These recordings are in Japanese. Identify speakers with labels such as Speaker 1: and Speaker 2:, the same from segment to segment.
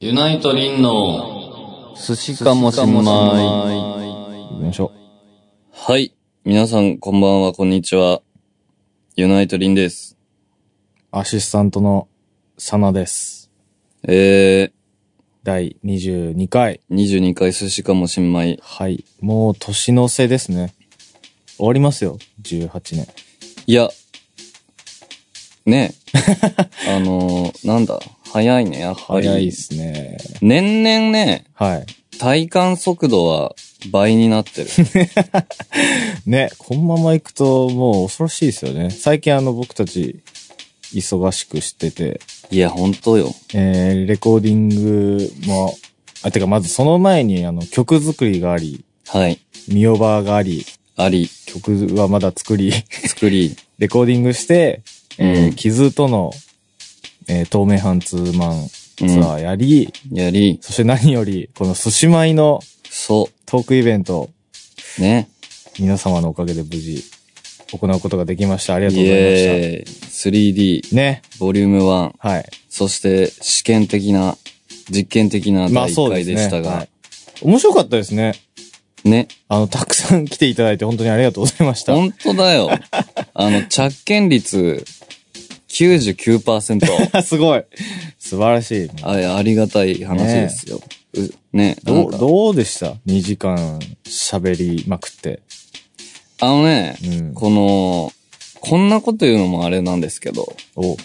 Speaker 1: ユナイトリンの寿司かもしんない。
Speaker 2: 行きましょ
Speaker 1: はい。皆さん、こんばんは、こんにちは。ユナイトリンです。
Speaker 2: う。アシスタントの佐野です。
Speaker 1: え
Speaker 2: 第22回。
Speaker 1: ー、22回寿司かもしんない。
Speaker 2: はい。もう年の瀬ですね。終わりますよ。18年。
Speaker 1: いや、 ねえ。あのー、なんだ、早いね、やっぱり。
Speaker 2: 早いっすね。
Speaker 1: 年々ね、
Speaker 2: はい。
Speaker 1: 体感速度は倍にな ってる。
Speaker 2: ね、このまま行くともう恐ろしいですよね。最近あの僕たち忙しくしてて、
Speaker 1: いや、ほんとよ。
Speaker 2: えー、レコーディングも、あ、てかまずその前にあの曲作りがあり、
Speaker 1: はい。
Speaker 2: 見オバーがあり、
Speaker 1: あり、
Speaker 2: 曲はまだ作り、
Speaker 1: 作り。
Speaker 2: レコーディングして、えー
Speaker 1: うん
Speaker 2: 傷との、えー透明版ツーマンツアーやり、
Speaker 1: やり、
Speaker 2: そして何より、この寿司舞の
Speaker 1: そ
Speaker 2: トークイベント、
Speaker 1: う、ね。
Speaker 2: 皆様のおかげで無事、行うことができました。ありがとう
Speaker 1: イ
Speaker 2: ございまし
Speaker 1: エーイ。3D、
Speaker 2: た。ね。
Speaker 1: ボリューム1。
Speaker 2: はい。
Speaker 1: そして、試験的な、実験的な
Speaker 2: まあ
Speaker 1: 第
Speaker 2: そ
Speaker 1: 1回
Speaker 2: うです
Speaker 1: で
Speaker 2: ね。
Speaker 1: したが、
Speaker 2: はい面白かったですね。
Speaker 1: ね、
Speaker 2: あの、たくさん来ていただいて本当にありがとうございました。
Speaker 1: 本当だよ。 あの、着見率99%。
Speaker 2: すごい。素晴らしい。
Speaker 1: あありがたい話ですよ。うね
Speaker 2: ど
Speaker 1: なん
Speaker 2: う、
Speaker 1: か
Speaker 2: どうでした ?2 時間喋りまくって。
Speaker 1: あのね、
Speaker 2: うん。
Speaker 1: この、こんなこと言うのもあれなんですけど、
Speaker 2: お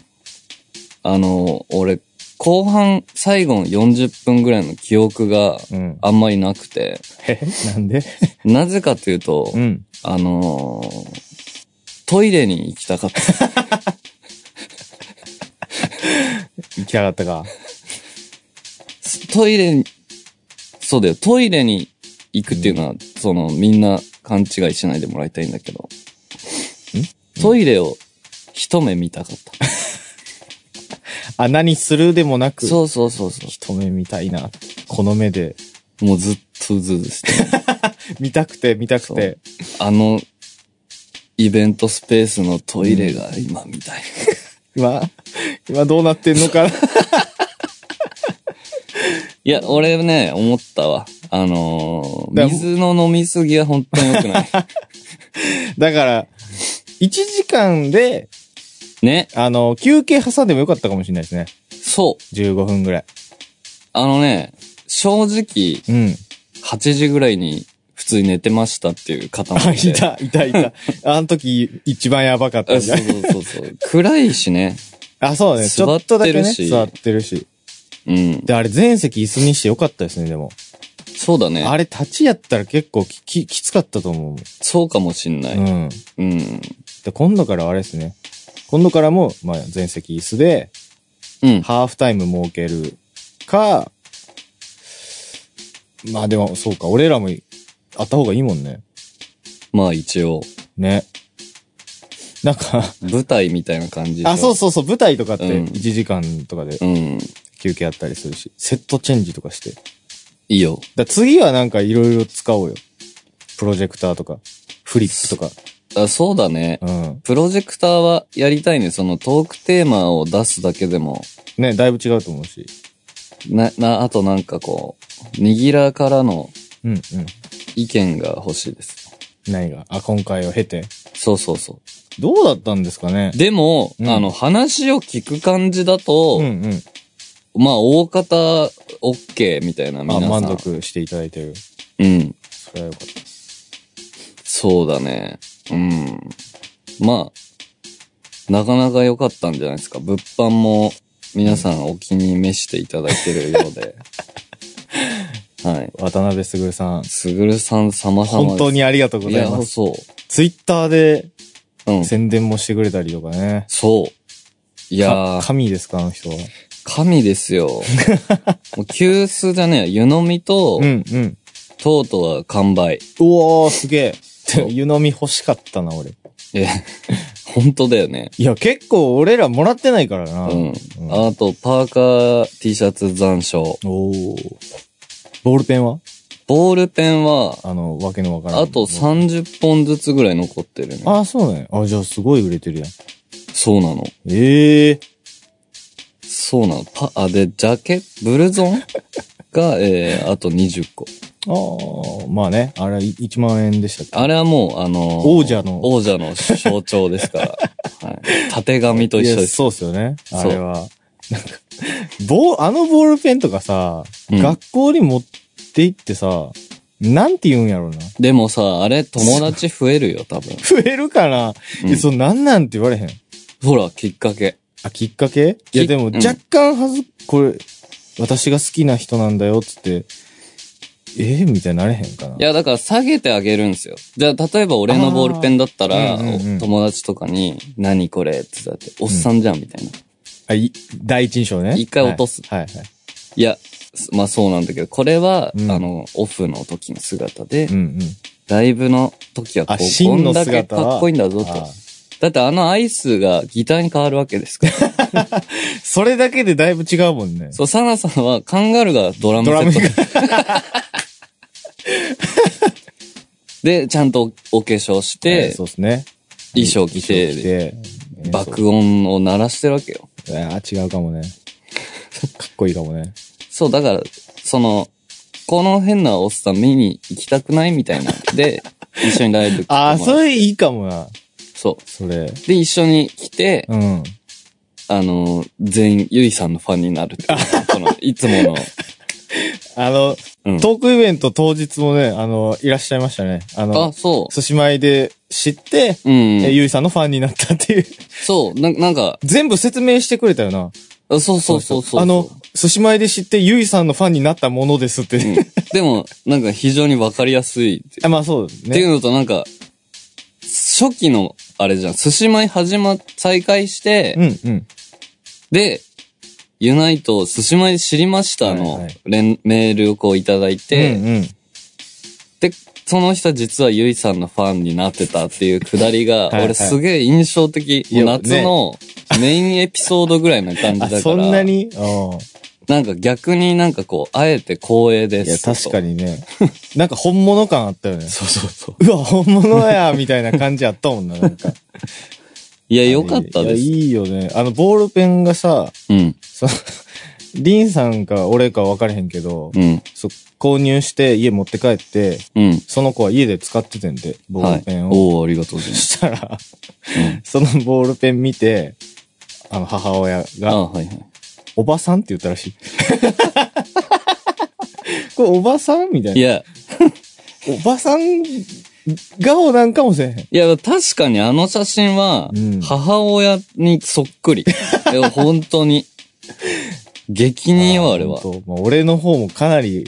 Speaker 1: あの、俺、後半、最後の40分ぐらいの記憶が
Speaker 2: うん。
Speaker 1: あんまりなくて、
Speaker 2: え なんで
Speaker 1: なぜかというと、
Speaker 2: うん。
Speaker 1: あのー、トイレに行きたかった。
Speaker 2: 行きたかったか。
Speaker 1: トイレに、そうだよ、トイレに行くっていうのは、その、みんな勘違いしないでもらいたいんだけど。トイレを一目見たかった。
Speaker 2: あ、何するでもなく、
Speaker 1: そうそうそうそ
Speaker 2: 一目見たいな。この目で、
Speaker 1: う。もうずっとうずうずして。
Speaker 2: 見たくて見たくて。
Speaker 1: あの、イベントスペースのトイレが今みたい。
Speaker 2: 今、今どうなってん のかな。
Speaker 1: いや、俺ね、思ったわ。あのー
Speaker 2: だから
Speaker 1: 水の飲みすぎは本当に良く ない。
Speaker 2: だから、1時間で、
Speaker 1: ね、
Speaker 2: あの、休憩挟んでもよかったかもしれないですね。
Speaker 1: そう。
Speaker 2: 15分ぐらい。
Speaker 1: あのね、正直、
Speaker 2: うん。
Speaker 1: 8時ぐらいに普通に寝てましたっていう方も
Speaker 2: あ、
Speaker 1: い
Speaker 2: い
Speaker 1: て。
Speaker 2: た、いた、いた。あの時、一番やばかった
Speaker 1: あ
Speaker 2: んじ
Speaker 1: そ
Speaker 2: ゃ
Speaker 1: う
Speaker 2: ない
Speaker 1: そうそうそ う。暗いしね。
Speaker 2: あ、そうね。ちょっとだけ
Speaker 1: 座
Speaker 2: ね。
Speaker 1: ってるし
Speaker 2: 座ってるし。
Speaker 1: うん。
Speaker 2: で、あれ全席椅子にしてよかったですね、でも。
Speaker 1: そうだね
Speaker 2: あ。れ立ちやったら結構き、き、きつかったと思う。
Speaker 1: そうかもしんな
Speaker 2: う
Speaker 1: い。
Speaker 2: ん。
Speaker 1: うん。
Speaker 2: で、今度からはあれですね。今度からも、まあ、全席椅子で、
Speaker 1: うん。
Speaker 2: ハーフタイム設けるか、まあでも、そうか、俺らも、あった方がいいもんね。
Speaker 1: まあ一応、
Speaker 2: ね。なんか、
Speaker 1: 舞台みたいな感じで
Speaker 2: あ、そうそうそう、舞台とかって
Speaker 1: うん
Speaker 2: 1時間とかで
Speaker 1: うん。い
Speaker 2: 休憩あったりするし、セットチェンジとかして。だか
Speaker 1: いよ。
Speaker 2: ら次はなんかいろいろ使おうよ。プロジェクターとか、フリップとか。
Speaker 1: あそうだね。
Speaker 2: うん。
Speaker 1: プロジェクターはやりたいね。そのトークテーマを出すだけでも、
Speaker 2: ね、だいぶ違うと思うし。
Speaker 1: な、な、あとなんかこう、にぎらからの
Speaker 2: うんうん。
Speaker 1: 意見が欲しいです。
Speaker 2: 何があ、今回を経て。
Speaker 1: そうそうそ
Speaker 2: どうだったんですかね
Speaker 1: う。でも、
Speaker 2: うん
Speaker 1: あの、話を聞く感じだと、
Speaker 2: うんうん。
Speaker 1: まあ、大方、OK みたいな、
Speaker 2: ま
Speaker 1: 皆
Speaker 2: あ、
Speaker 1: さん。
Speaker 2: 満足していただいてる。
Speaker 1: うん。
Speaker 2: それはよかった。
Speaker 1: そうだね。うん。まあ、なかなか良かったんじゃないですか。物販も、皆さんお気に召していただいてるよう で。はい。
Speaker 2: 渡辺卓さん、
Speaker 1: すぐるさん様々です。
Speaker 2: 本当にありがとうご
Speaker 1: い
Speaker 2: ざ
Speaker 1: や
Speaker 2: い、ます。
Speaker 1: そ
Speaker 2: ツイッターで
Speaker 1: う。うん。
Speaker 2: 宣伝もしてくれたりとかね。
Speaker 1: そう。い
Speaker 2: い
Speaker 1: やー、
Speaker 2: 神ですか、あの人は。
Speaker 1: 神です よ。もう急須じゃねえ、湯飲みと、
Speaker 2: うんうん。
Speaker 1: とうとうは完売。
Speaker 2: うおー、すげえ
Speaker 1: そ。う
Speaker 2: 湯飲み欲しかったな、俺。
Speaker 1: え、 本当だよね。
Speaker 2: いや、結構俺らもらってないからな。
Speaker 1: うん。
Speaker 2: うん
Speaker 1: あと、パーカー、T シャツ、残暑。
Speaker 2: おー。ボールペンは
Speaker 1: ボールペンは、
Speaker 2: あの、わけのわからん。
Speaker 1: あと。30本ずつぐらい残ってるね。
Speaker 2: あ、そうね。あ、じゃあすごい売れてるやん。
Speaker 1: そうなの。
Speaker 2: ええ
Speaker 1: そうなの。パ、あ、で、ジャケ、ブルゾンが、 えー、あと20個。
Speaker 2: ああ、まあね。あれ、い1万円でしたっけ
Speaker 1: あれはもう、あのー
Speaker 2: 王者の
Speaker 1: 王者の象徴です から。はい。縦紙と一緒
Speaker 2: い
Speaker 1: で
Speaker 2: や
Speaker 1: す。
Speaker 2: そうっすよね。あ
Speaker 1: そう
Speaker 2: れは。なんか、ボー、あのボールペンとかさ、
Speaker 1: うん
Speaker 2: 学校に持って行ってさ、なんて言うんやろうな。
Speaker 1: でもさ、あれ、友達増えるよ、多分。
Speaker 2: 増えるかな、
Speaker 1: うん
Speaker 2: いや、そのなんなんて言われへん。
Speaker 1: ほら、きっかけ。
Speaker 2: あ、きっかけいや、
Speaker 1: き
Speaker 2: でも
Speaker 1: うん
Speaker 2: 若干はず、これ、私が好きな人なんだよ、つって、えー、みたいになれへんかない
Speaker 1: や、だから下げてあげるんですよ。じゃあ、例えば俺のボールペンだったら、
Speaker 2: あーうんうんうん
Speaker 1: お友達とかに、何これって言って、おっさんじゃんみたいな。
Speaker 2: あ、い、第一印象ね。
Speaker 1: 一回落とす
Speaker 2: はい、はい、はい。
Speaker 1: いや、すまあそうなんだけど、これは、
Speaker 2: うん
Speaker 1: あの、オフの時の姿で、
Speaker 2: うんうん。
Speaker 1: ライブの時はこ
Speaker 2: あ、
Speaker 1: う、こ
Speaker 2: 真
Speaker 1: ん
Speaker 2: の
Speaker 1: だけ
Speaker 2: 姿は。
Speaker 1: かっこいいんだぞと。
Speaker 2: あー
Speaker 1: だってあのアイスがギターに変わるわけです から。
Speaker 2: それだけでだいぶ違うもんね。
Speaker 1: そう、サナさんはカンガルーがドラムセ
Speaker 2: ドラム
Speaker 1: ット。 で、ちゃんとお化粧し
Speaker 2: えー
Speaker 1: て、
Speaker 2: そうですね。
Speaker 1: 衣装着
Speaker 2: 衣装着
Speaker 1: て、
Speaker 2: えーそう
Speaker 1: 爆音を鳴らしてるわけよ。
Speaker 2: あー違う かもね。かっこいいかもね。
Speaker 1: そう、だから、その、この変なおっさん見に行きたくないみたいな。で、一緒にライブ来てもらう
Speaker 2: あ あ、それいいかもな。
Speaker 1: そう。
Speaker 2: それ。
Speaker 1: で、一緒に来て、
Speaker 2: うん。
Speaker 1: あの、全員、ゆいさんのファンになるっていう。 その、いつもの。
Speaker 2: あの、
Speaker 1: うん
Speaker 2: トークイベント当日もね、あの、いらっしゃいましたね。あの
Speaker 1: あ、、そ
Speaker 2: 寿司米で知って、
Speaker 1: う。うん。
Speaker 2: えゆいさんのファンになったっていう。
Speaker 1: そう、ななんか、
Speaker 2: 全部説明してくれたよな。
Speaker 1: あそうそうそうそう。
Speaker 2: あの、寿司米で知ってゆいさんのファンになったものですって。
Speaker 1: うん、でも、なんか非常にわかりやすいって。
Speaker 2: あまあそうね。
Speaker 1: っていうのと、なんか、初期の、あれじゃん、寿司米始ま、再開して、
Speaker 2: うんうん。
Speaker 1: で、ユナイト、寿司米知りました
Speaker 2: はい
Speaker 1: の
Speaker 2: はい
Speaker 1: 連、メールをこういただいて、
Speaker 2: うんうん、
Speaker 1: で、その人は実はゆいさんのファンになってたっていうくだりが、
Speaker 2: はいはい
Speaker 1: 俺すげえ印象的。
Speaker 2: いや
Speaker 1: もう夏のメインエピソードぐらいな感じだ
Speaker 2: あ、
Speaker 1: から。
Speaker 2: そんなにうん。
Speaker 1: なんか逆になんかこう、あえて光栄で
Speaker 2: いや、
Speaker 1: すと。
Speaker 2: 確かにね。なんか本物感あったよね。
Speaker 1: そうそうそう。
Speaker 2: うわ、本物や、みたいな感じあったもんな、なん か。
Speaker 1: いや、よかったで
Speaker 2: い
Speaker 1: す。
Speaker 2: やいいよね。あの、ボールペンがさ、
Speaker 1: うん。
Speaker 2: その、 リンさんか俺か分かれへんけど、
Speaker 1: うん。
Speaker 2: そう購入して家持って帰って、
Speaker 1: うん。
Speaker 2: その子は家で使っててんで、ボールペンを。
Speaker 1: おおーありがとうござい
Speaker 2: そ
Speaker 1: ます。
Speaker 2: したら、
Speaker 1: うん
Speaker 2: そのボールペン見て、あの、母親
Speaker 1: あ
Speaker 2: が、
Speaker 1: はいはい。
Speaker 2: おばさんって言ったらしい。 これおばさんみたい
Speaker 1: い
Speaker 2: な。
Speaker 1: や、
Speaker 2: おばさん顔なんかもせえへん。
Speaker 1: いや、確かにあの写真は
Speaker 2: うん、
Speaker 1: 母親にそっく り。いや、本当に。激似よ、あれは
Speaker 2: あ。本当まあ俺の方もかなり、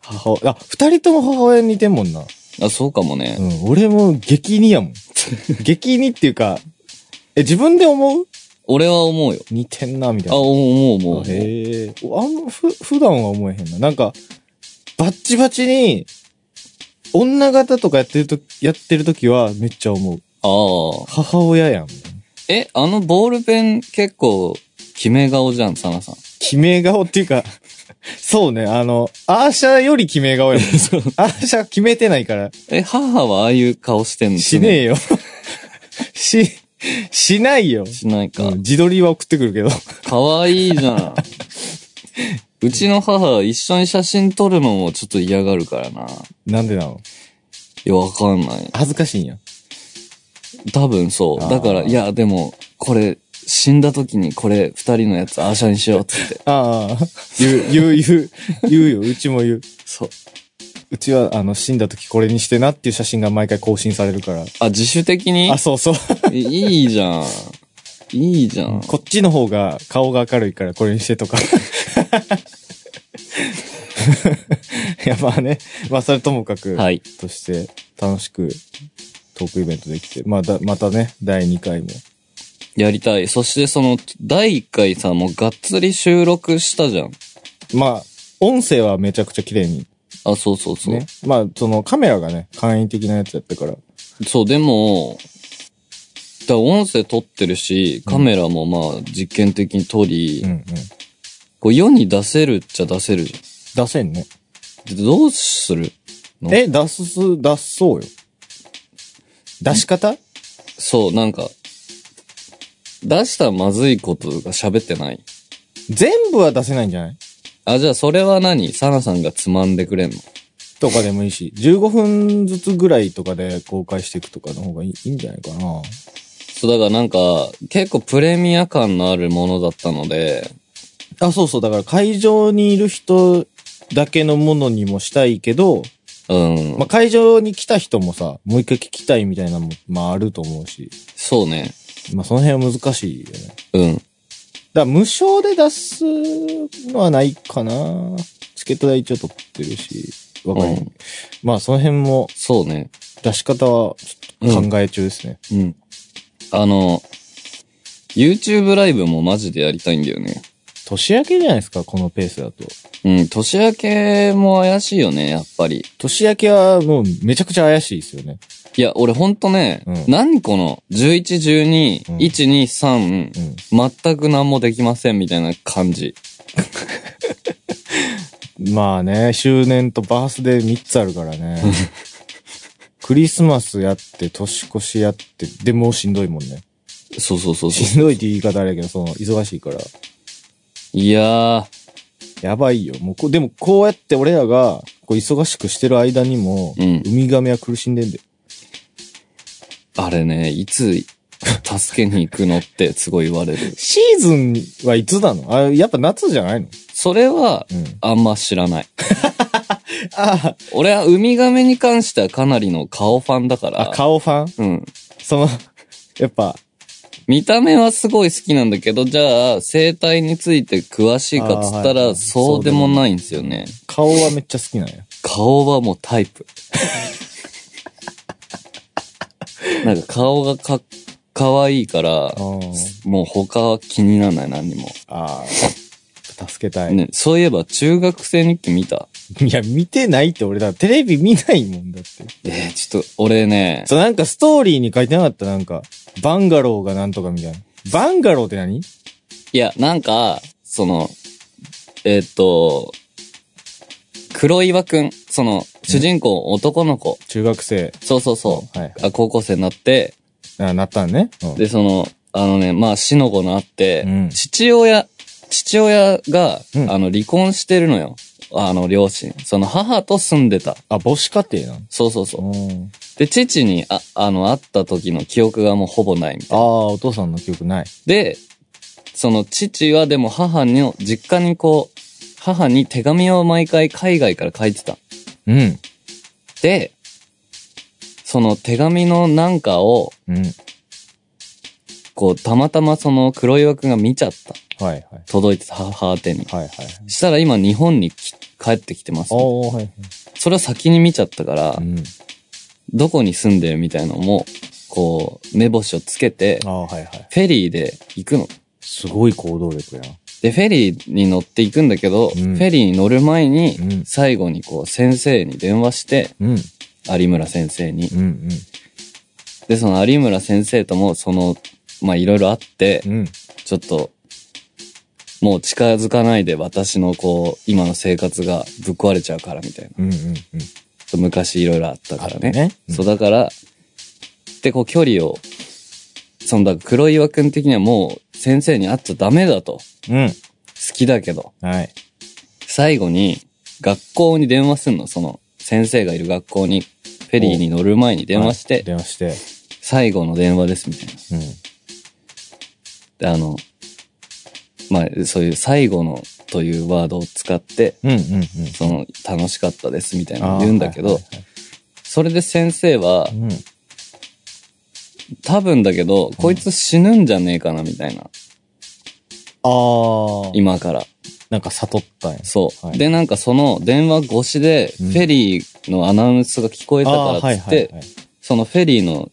Speaker 2: 母親、あ、二人とも母親に似てんもんな。
Speaker 1: あ、そうかもね
Speaker 2: う。ん、俺も激似 やもん。激似っていうか、え、自分で思う
Speaker 1: 俺は思うよ。
Speaker 2: 似てんな、みたい
Speaker 1: あ、
Speaker 2: な。
Speaker 1: 思う思う思う。
Speaker 2: へえ。あんま、ふ、普段は思えへんな。なんか、バッチバチに、女型とかやってると、やってる時はめっちゃ思う。
Speaker 1: ああ。
Speaker 2: 母親やん。みたいな
Speaker 1: え、あのボールペン結構、決め顔じゃん、サナさん。
Speaker 2: 決め顔ってい うか、そうね、あの、アーシャより決め顔やもん。 アーシャ決めてないから。
Speaker 1: え、母はああいう顔してんの
Speaker 2: しねえよ。し、しないよ。
Speaker 1: しないか
Speaker 2: うん。自撮りは送ってくるけど。
Speaker 1: かわいいじゃ ん。うちの母は一緒に写真撮るのもちょっと嫌がるからな。
Speaker 2: なんでなの
Speaker 1: いや、わかんない。
Speaker 2: 恥ずかしいんや。
Speaker 1: 多分そう。
Speaker 2: あー
Speaker 1: だから、いや、でも、これ、死んだ時にこれ、二人のやつ、アーシャにしよう っつって。
Speaker 2: ああ、言う、言う、言う、言うよ。うちも言う。
Speaker 1: そう。
Speaker 2: うちは、あの、死んだ時これにしてなっていう写真が毎回更新されるから。
Speaker 1: あ、自主的に
Speaker 2: あ、そうそう。
Speaker 1: いいいじゃん。いいじゃん。
Speaker 2: こっちの方が顔が明るいからこれにして とか。いや、まあね。まあ、それともかく、
Speaker 1: はい
Speaker 2: として、楽しく、トークイベントできて。まあ、だ、またね、第2回も。
Speaker 1: やりたい。そしてその、第一回さ、もうがっつり収録したじゃん。
Speaker 2: まあ、音声はめちゃくちゃ綺麗に
Speaker 1: あ、そうそうそう。
Speaker 2: ね。まあ、そのカメラがね、簡易的なやつやったから。
Speaker 1: そう、でも、だから音声撮ってるし、カメラもまあ、実験的に撮り、
Speaker 2: うんうん。
Speaker 1: こう世に出せるっちゃ出せるじ
Speaker 2: 出せんね。
Speaker 1: ゃん。でどうするうん
Speaker 2: え、出す、出そうよ。出し方
Speaker 1: そう、なんか、出したらまずいことが喋ってない。
Speaker 2: 全部は出せないんじゃない
Speaker 1: あ、じゃあそれは何サナさんがつまんでくれんの
Speaker 2: とかでもいいし、15分ずつぐらいとかで公開していくとかの方がいいいいんじゃないかな。
Speaker 1: そう、だからなんか、結構プレミア感のあるものだったので、
Speaker 2: あ、そうそう。だから会場にいる人だけのものにもしたいけど、
Speaker 1: うん。
Speaker 2: まあ、会場に来た人もさ、もう一回聞きたいみたいなのも、まああると思うし、
Speaker 1: そうね。
Speaker 2: まあその辺は難しいよね。だか
Speaker 1: うん。
Speaker 2: ら無償で出すのはないかな。チケット代一応取ってるし、わかる。
Speaker 1: うん
Speaker 2: まあその辺も
Speaker 1: そうね。
Speaker 2: 出し方はちょっと考え中ですね。
Speaker 1: うん。あの、YouTube ライブもマジでやりたいんだよね。
Speaker 2: 年明けじゃないですか、このペースだと。
Speaker 1: うん、年明けも怪しいよね、やっぱり。
Speaker 2: 年明けはもうめちゃくちゃ怪しいですよね。
Speaker 1: いや、俺ほんとね、
Speaker 2: うん
Speaker 1: 何この、11、12、
Speaker 2: うん
Speaker 1: 1、2、3、
Speaker 2: うん。
Speaker 1: 全く何もできませんみたいな感じ。
Speaker 2: まあね、周年とバースデー3つあるから ね。クリスマスやって、年越しやって、でもうしんどい もんね。
Speaker 1: そうそうそうそ
Speaker 2: しんどいって言い方あれやけど、その、忙しいから。
Speaker 1: う。いやー、
Speaker 2: やばいよ。もうこ、でもこうやって俺らが、こう忙しくしてる間にも、
Speaker 1: うん
Speaker 2: ウミガメは苦しんでんだよ。。
Speaker 1: あれね、いつ、 助けに行くのってすごい言われる
Speaker 2: シーズンはいつなのあ、やっぱ夏じゃないの
Speaker 1: それは、
Speaker 2: うん。
Speaker 1: あんま知らない。
Speaker 2: あ
Speaker 1: 俺はウミガメに関してはかなりの顔ファンだから。
Speaker 2: あ、顔ファ
Speaker 1: う
Speaker 2: ン
Speaker 1: ん。
Speaker 2: その、やっぱ、
Speaker 1: 見た目はすごい好きなんだけど、じゃあ、生態について詳しいかっつった
Speaker 2: あー
Speaker 1: ら、
Speaker 2: はい
Speaker 1: そうでもないんですよね。
Speaker 2: 顔はめっちゃ好きなんや。
Speaker 1: 顔はもうタイ プ。なんか顔がか、可愛いから
Speaker 2: あ、ー
Speaker 1: もう他は気にならない、何にも。
Speaker 2: あー。助けたい。
Speaker 1: ね、そういえば、中学生日記見た
Speaker 2: いや、見てないって俺だ。テレビ見ないもんだって。
Speaker 1: えー、ちょっと、俺ね、
Speaker 2: そう、なんかストーリーに書いてなかった、なんか。バンガローがなんとかみたいな。バンガローって何
Speaker 1: いや、なんか、その、えーっと、黒岩くん、その、主人公、男の子。
Speaker 2: 中学生。
Speaker 1: そうそうそう。
Speaker 2: う。はい。
Speaker 1: あ高校生になって、
Speaker 2: あなったんね。うん
Speaker 1: で、その、あのね、まあ、死の子のあって、
Speaker 2: うん
Speaker 1: 父親、父親が、
Speaker 2: うん
Speaker 1: あの、離婚してるのよ。あの、両親。その、母と住んでた。
Speaker 2: あ、母子家庭なの
Speaker 1: そうそうそう。
Speaker 2: うん。
Speaker 1: で、父に、あ、あの、会った時の記憶がもうほぼないみた
Speaker 2: あ
Speaker 1: いな。
Speaker 2: あ、お父さんの記憶ない。
Speaker 1: で、その、父はでも母の実家にこう、母に手紙を毎回海外から書いてた。
Speaker 2: うん。
Speaker 1: で、その手紙のなんかを、
Speaker 2: うん。
Speaker 1: こう、たまたまその黒岩くんが見ちゃった。
Speaker 2: はいはい。
Speaker 1: 届いてた母宛てに。
Speaker 2: はいはい。
Speaker 1: したら今日本にき帰ってきてます、
Speaker 2: おー、はいはい。
Speaker 1: それを先に見ちゃったから、
Speaker 2: うん。
Speaker 1: どこに住んでるみたいのも、こう、目星をつけて、
Speaker 2: ああ、はいはい。
Speaker 1: フェリーで行くの。
Speaker 2: すごい行動力や
Speaker 1: で、フェリーに乗って行くんだけど、
Speaker 2: うん
Speaker 1: フェリーに乗る前に、
Speaker 2: うん
Speaker 1: 最後にこう、先生に電話して、
Speaker 2: うん。
Speaker 1: 有村先生に。
Speaker 2: うんうん。
Speaker 1: で、その有村先生とも、その、まあ、いろいろあって、
Speaker 2: うん。
Speaker 1: ちょっと、もう近づかないで私のこう、今の生活がぶっ壊れちゃうからみたいな。
Speaker 2: うんうんうん。
Speaker 1: 昔いろいろあったから
Speaker 2: あった
Speaker 1: ね。
Speaker 2: ねうん
Speaker 1: そうだから、で、こう距離を、そのだから黒岩くん的にはもう先生に会っちゃダメだと。
Speaker 2: うん。
Speaker 1: 好きだけど。
Speaker 2: はい。
Speaker 1: 最後に学校に電話すんの。その先生がいる学校にフェリーに乗る前に電話し
Speaker 2: はい
Speaker 1: て、
Speaker 2: 電話して。
Speaker 1: 最後の電話ですみたいな。
Speaker 2: うん。
Speaker 1: で、あの、まあ、そういう最後のというワードを使って、
Speaker 2: うんうんうん。
Speaker 1: その楽しかったですみたいな
Speaker 2: あ
Speaker 1: の
Speaker 2: ー
Speaker 1: 言うんだけど、
Speaker 2: はいはい
Speaker 1: それで先生は、
Speaker 2: はいうん。
Speaker 1: 多分だけど、こいつ死ぬんじゃねえかな、みたいな。
Speaker 2: ああ。
Speaker 1: 今から。
Speaker 2: なんか悟ったんや。
Speaker 1: そう。
Speaker 2: はい
Speaker 1: で、なんかその電話越しで、フ
Speaker 2: うん
Speaker 1: ェリーのアナウンスが聞こえた
Speaker 2: ああ
Speaker 1: からっつって、
Speaker 2: はい
Speaker 1: そのフェリーの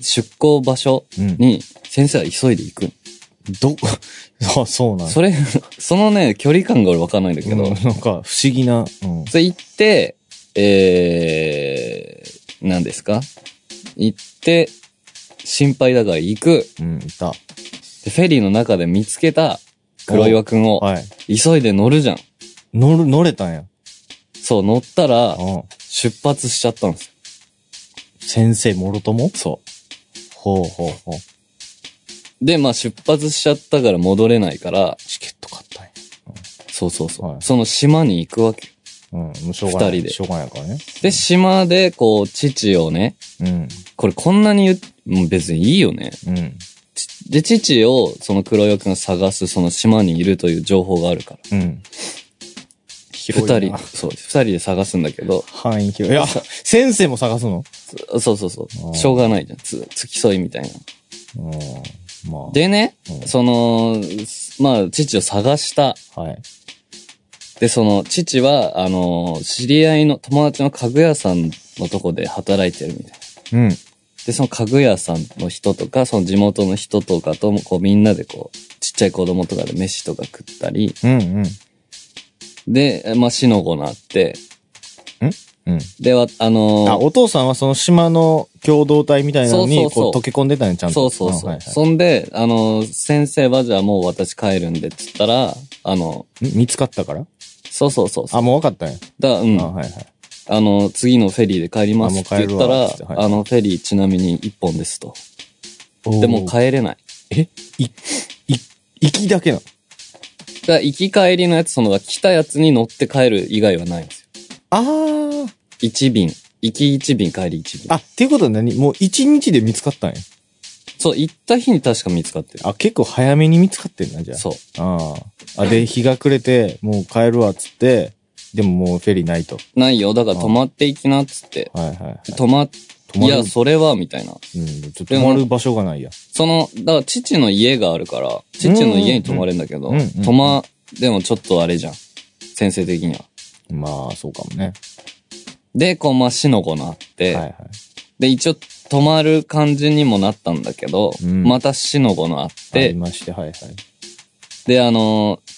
Speaker 1: 出港場所
Speaker 2: はいはい、
Speaker 1: に先生は急いで行く。
Speaker 2: うん。ど、あ、 そうなんや
Speaker 1: それ、そのね、距離感が俺わかんないんだけど、
Speaker 2: うんなんか不思議な。うん。
Speaker 1: それ行って、えー、何ですか行って、心配だから行く。
Speaker 2: うん、いた。
Speaker 1: でフェリーの中で見つけた黒岩くんを、
Speaker 2: はい。
Speaker 1: 急いで乗るじゃん。
Speaker 2: 乗る、乗れたんや。
Speaker 1: そう、乗ったら、
Speaker 2: うん。
Speaker 1: 出発しちゃったんですよ。
Speaker 2: 先生もろともそう。ほうほうほう。
Speaker 1: で、まあ出発しちゃったから戻れないから、
Speaker 2: チケット買ったんや。
Speaker 1: そうそうそう。
Speaker 2: はい
Speaker 1: その島に行くわけ。
Speaker 2: うん。もうしょうがない。
Speaker 1: 二人で
Speaker 2: しょうがないからね。
Speaker 1: で、島で、こう、父をね、
Speaker 2: うん。
Speaker 1: これこんなに言っもう別にいいよね。
Speaker 2: うん。
Speaker 1: ちで、父を、その黒岩くんが探す、その島にいるという情報があるから。
Speaker 2: うん。
Speaker 1: 二
Speaker 2: 広い
Speaker 1: 人、
Speaker 2: な
Speaker 1: そう、二人で探すんだけど、
Speaker 2: 範囲広い。いや、先生も探すの
Speaker 1: そそうそうそ
Speaker 2: あー
Speaker 1: う、しょうがないじゃん。つ、付き添いみたいな。
Speaker 2: うん。まあ。、
Speaker 1: でね
Speaker 2: う、ん
Speaker 1: その、すまあ、父を探した。
Speaker 2: はい。
Speaker 1: で、その、父は、あの、知り合いの友達の家具屋さんのとこで働いてるみたいな。
Speaker 2: うん。
Speaker 1: で、その家具屋さんの人とか、その地元の人とかとも、こうみんなでこう、ちっちゃい子供とかで飯とか食ったり、
Speaker 2: うんうん。
Speaker 1: で、えまあ、しのごなって、
Speaker 2: うん。
Speaker 1: で、わあのー
Speaker 2: あ、お父さんはその島の共同体みたいなのに、
Speaker 1: そうそうそ
Speaker 2: こう、
Speaker 1: う
Speaker 2: 溶け込んでたね、ちゃん
Speaker 1: そ
Speaker 2: と。
Speaker 1: うそうそう。
Speaker 2: あはいはい
Speaker 1: そんで、あのー先生はじゃあもう私帰るんで、つったら、あの、
Speaker 2: ん見つかったから
Speaker 1: そうそうそうそう。
Speaker 2: あ、もう分かったね。
Speaker 1: だ、うん。
Speaker 2: あ、
Speaker 1: あ
Speaker 2: はいはい。
Speaker 1: の、次のフェリーで帰りますっ
Speaker 2: あも
Speaker 1: て
Speaker 2: う帰
Speaker 1: 言
Speaker 2: る
Speaker 1: った
Speaker 2: わ
Speaker 1: ら、
Speaker 2: っつってはい
Speaker 1: あの、フェリーちなみに一本ですと。で
Speaker 2: で
Speaker 1: もう帰れない。
Speaker 2: 行きだけなの。
Speaker 1: だから行き帰りのやつ、その、来たやつに乗って帰る以外はないんですよ。
Speaker 2: あー。
Speaker 1: 一便。行き一便、帰り一便。
Speaker 2: あ、っていうことは何もう一日で見つかったんや。
Speaker 1: そう、行った日に確か見つかってる。
Speaker 2: あ、結構早めに見つかってんな、じゃあ。
Speaker 1: そう。
Speaker 2: ああ。あ、で、日が暮れて、もう帰るわ、っつって、でももうフェリーないと。
Speaker 1: ないよ。だから泊まっていきな、っつって。
Speaker 2: はいはいはい。
Speaker 1: 泊まっ、
Speaker 2: 泊ま
Speaker 1: い
Speaker 2: る。
Speaker 1: や、それは、みたいな。
Speaker 2: うん、ちょっと泊まる場所がないや。
Speaker 1: その、だから父の家があるから、父の家に泊まれんだけど
Speaker 2: うんうんうん、
Speaker 1: 泊ま、でもちょっとあれじゃん。先生的には。
Speaker 2: まあ、そうかもね。
Speaker 1: で、こう、まあ、しのこなっ
Speaker 2: はい
Speaker 1: て、
Speaker 2: はい。
Speaker 1: で、一応、泊まる感じにもなったんだけど、
Speaker 2: うん
Speaker 1: またしのこのあっ
Speaker 2: で、
Speaker 1: て
Speaker 2: あり、まして、はいはい。
Speaker 1: で、あのー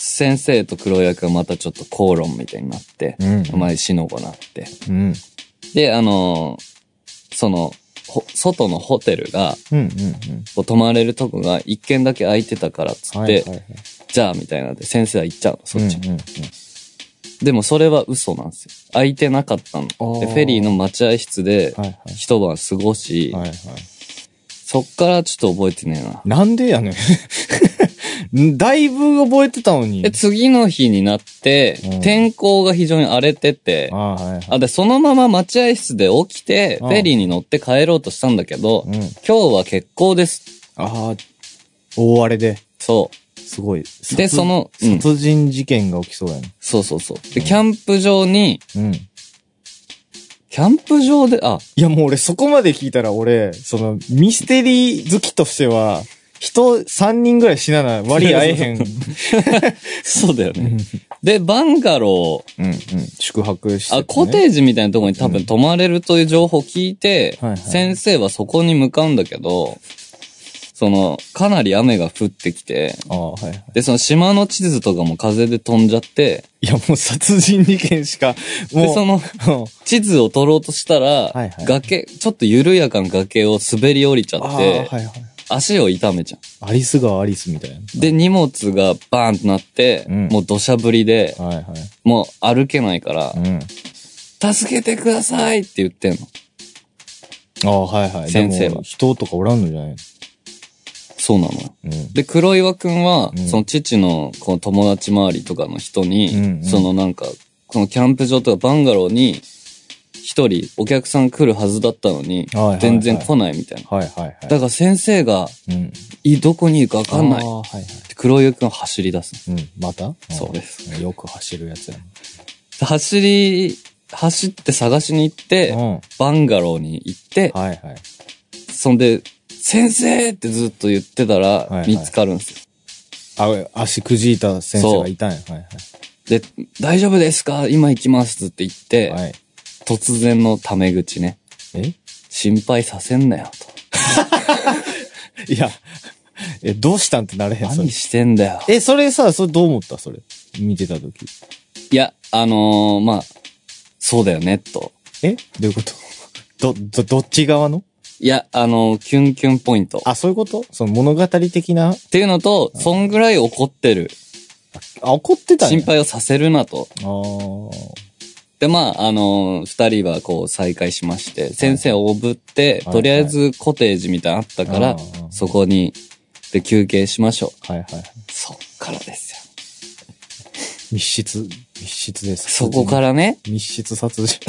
Speaker 1: 先生と黒役がまたちょっと口論みたいになって、
Speaker 2: うん
Speaker 1: お前しのこなって、
Speaker 2: うん。
Speaker 1: で、あのーその、ほ外のホテルが、
Speaker 2: うんうんうん。
Speaker 1: こう泊まれるとこが一軒だけ空いてたからっつって、
Speaker 2: はいはいはい。
Speaker 1: じゃあみたいなんで先生は行っちゃうの、そっちに。
Speaker 2: うんうんうん
Speaker 1: でもそれは嘘なんですよ。空いてなかったの。で、
Speaker 2: あー
Speaker 1: フェリーの待合室で
Speaker 2: はいはい。
Speaker 1: 一晩過ごし、
Speaker 2: はいはい。
Speaker 1: そっからちょっと覚えてねえな。
Speaker 2: なんでやねん。 だいぶ覚えてたのに
Speaker 1: で、。次の日になって、
Speaker 2: うん
Speaker 1: 天候が非常に荒れてて
Speaker 2: あ、あ、はいは
Speaker 1: あ、
Speaker 2: い。
Speaker 1: で、そのまま待合室で起きて、
Speaker 2: う
Speaker 1: フ
Speaker 2: ん
Speaker 1: ェリーに乗って帰ろうとしたんだけど、
Speaker 2: うん。
Speaker 1: 今日は欠航です。
Speaker 2: ああ、大荒れで。
Speaker 1: そ
Speaker 2: すごい。
Speaker 1: う。で、
Speaker 2: 殺
Speaker 1: そ、の、うん。
Speaker 2: 殺人事件が起きそうやね。
Speaker 1: そうそうそう。で、
Speaker 2: うん
Speaker 1: キャンプ場に、
Speaker 2: うん。
Speaker 1: キャンプ場で、あ、
Speaker 2: いやもう俺そこまで聞いたら俺、そのミステリー好きとしては、人3人ぐらい死なな 割合えへん。うん
Speaker 1: そうだよね。で、バンガロー、
Speaker 2: うん。宿泊して、
Speaker 1: あ、コテージみたいなところに多分泊まれるという情報を聞いて、
Speaker 2: うんはいはい
Speaker 1: 先生はそこに向かうんだけど、その、かなり雨が降ってきて、
Speaker 2: ああ、はいはい。
Speaker 1: で、その島の地図とかも風で飛んじゃって、
Speaker 2: いやもう殺人事件しか、もう。
Speaker 1: で、その、
Speaker 2: うん
Speaker 1: 地図を取ろうとしたら、
Speaker 2: はいはい
Speaker 1: 崖、ちょっと緩やかな崖を滑り降りちゃ
Speaker 2: ああ、
Speaker 1: っ
Speaker 2: はい
Speaker 1: て、
Speaker 2: はい。
Speaker 1: 足を痛めちゃ
Speaker 2: アリスがアリスみたいな。
Speaker 1: う。で、荷物がバーンってなって、
Speaker 2: うん
Speaker 1: もう土砂降りで、
Speaker 2: はいはい。
Speaker 1: もう歩けないから、
Speaker 2: うん。
Speaker 1: 助けてくださいって言ってんの。
Speaker 2: ああ、はいはい。
Speaker 1: 先生は
Speaker 2: でも人とかおらんのじゃない
Speaker 1: そうなのよ。
Speaker 2: うん。
Speaker 1: で、黒岩くんは、
Speaker 2: うん
Speaker 1: その父のこの友達周りとかの人に、
Speaker 2: うんうん
Speaker 1: そのなんか、このキャンプ場とかバンガローに、一人お客さん来るはずだったのに、
Speaker 2: はいはいはい
Speaker 1: 全然来ないみたいな。
Speaker 2: はいはいはい。
Speaker 1: だから先生が、
Speaker 2: うん。
Speaker 1: いどこにいるかわかんない
Speaker 2: あ。あ、はいはい。
Speaker 1: 黒岩くんは走り出す
Speaker 2: うん。また
Speaker 1: そうです。
Speaker 2: んよく走るやつやな。
Speaker 1: の。走り、走って探しに行って、
Speaker 2: うん。
Speaker 1: バンガローに行って、
Speaker 2: はいはい。
Speaker 1: そんで、先生ってずっと言ってた
Speaker 2: いは
Speaker 1: ら、
Speaker 2: い
Speaker 1: 見つかるんですよ。
Speaker 2: あ、足くじいた先生がいたんや。はい
Speaker 1: で、大丈夫ですか今行きますって言って、
Speaker 2: はい。はい。
Speaker 1: 突然のタメ口ね。
Speaker 2: え
Speaker 1: 心配させんなよ
Speaker 2: いや、え、どうしたんってなれへ
Speaker 1: と。
Speaker 2: ん、それ
Speaker 1: 何。してんだよ。
Speaker 2: え、それさ、それどう思ったそれ。見てた時
Speaker 1: いや、あのー、まあ、そうだよね、と。
Speaker 2: えどういうこと ど、ど、どっち側の
Speaker 1: いや、あのー、キュンキュンポイント。っ
Speaker 2: あ、そういうことその物語的な、
Speaker 1: ていうのと、そんぐらい怒ってる。
Speaker 2: あ、怒ってたんや
Speaker 1: 心。配をさせるなと。
Speaker 2: あー
Speaker 1: で、まあ、あのー、二人はこう再会しまして、先生をおぶって、
Speaker 2: はい
Speaker 1: とりあえずコテージみたいなのあったから、
Speaker 2: はいはい
Speaker 1: そこに、で、休憩しましょう。
Speaker 2: はいはい。
Speaker 1: そっからですよ。
Speaker 2: 密室、密室です。
Speaker 1: そこからね、
Speaker 2: 密室殺人。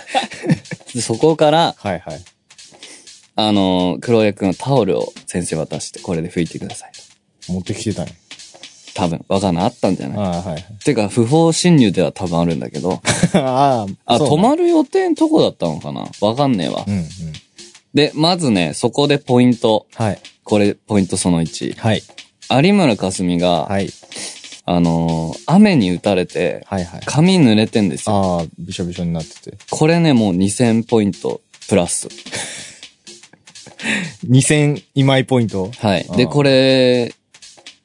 Speaker 1: そこから、
Speaker 2: はいはい。
Speaker 1: あのー、黒江くんはタオルを先生渡して、これで拭いてくださいと。
Speaker 2: 持ってきてたんや。
Speaker 1: 多分、わかんない。あったんじゃない
Speaker 2: ああ、 はいはい。
Speaker 1: てか、不法侵入では多分あるんだけど、
Speaker 2: ああ、
Speaker 1: あ、
Speaker 2: そう
Speaker 1: 泊まる予定のとこだったのかなわかんねえわ。
Speaker 2: うんうん。
Speaker 1: で、まずね、そこでポイント。
Speaker 2: はい。
Speaker 1: これ、ポイントその1。
Speaker 2: はい。
Speaker 1: 有村架純が、
Speaker 2: はい。
Speaker 1: あのー雨に打たれて、
Speaker 2: はいはい。
Speaker 1: 髪濡れてんですよ。
Speaker 2: ああ、びしょびしょになってて。
Speaker 1: これね、もう2000ポイントプラス。
Speaker 2: 2000イマイポイント。
Speaker 1: はい
Speaker 2: あ。ー
Speaker 1: で、これ、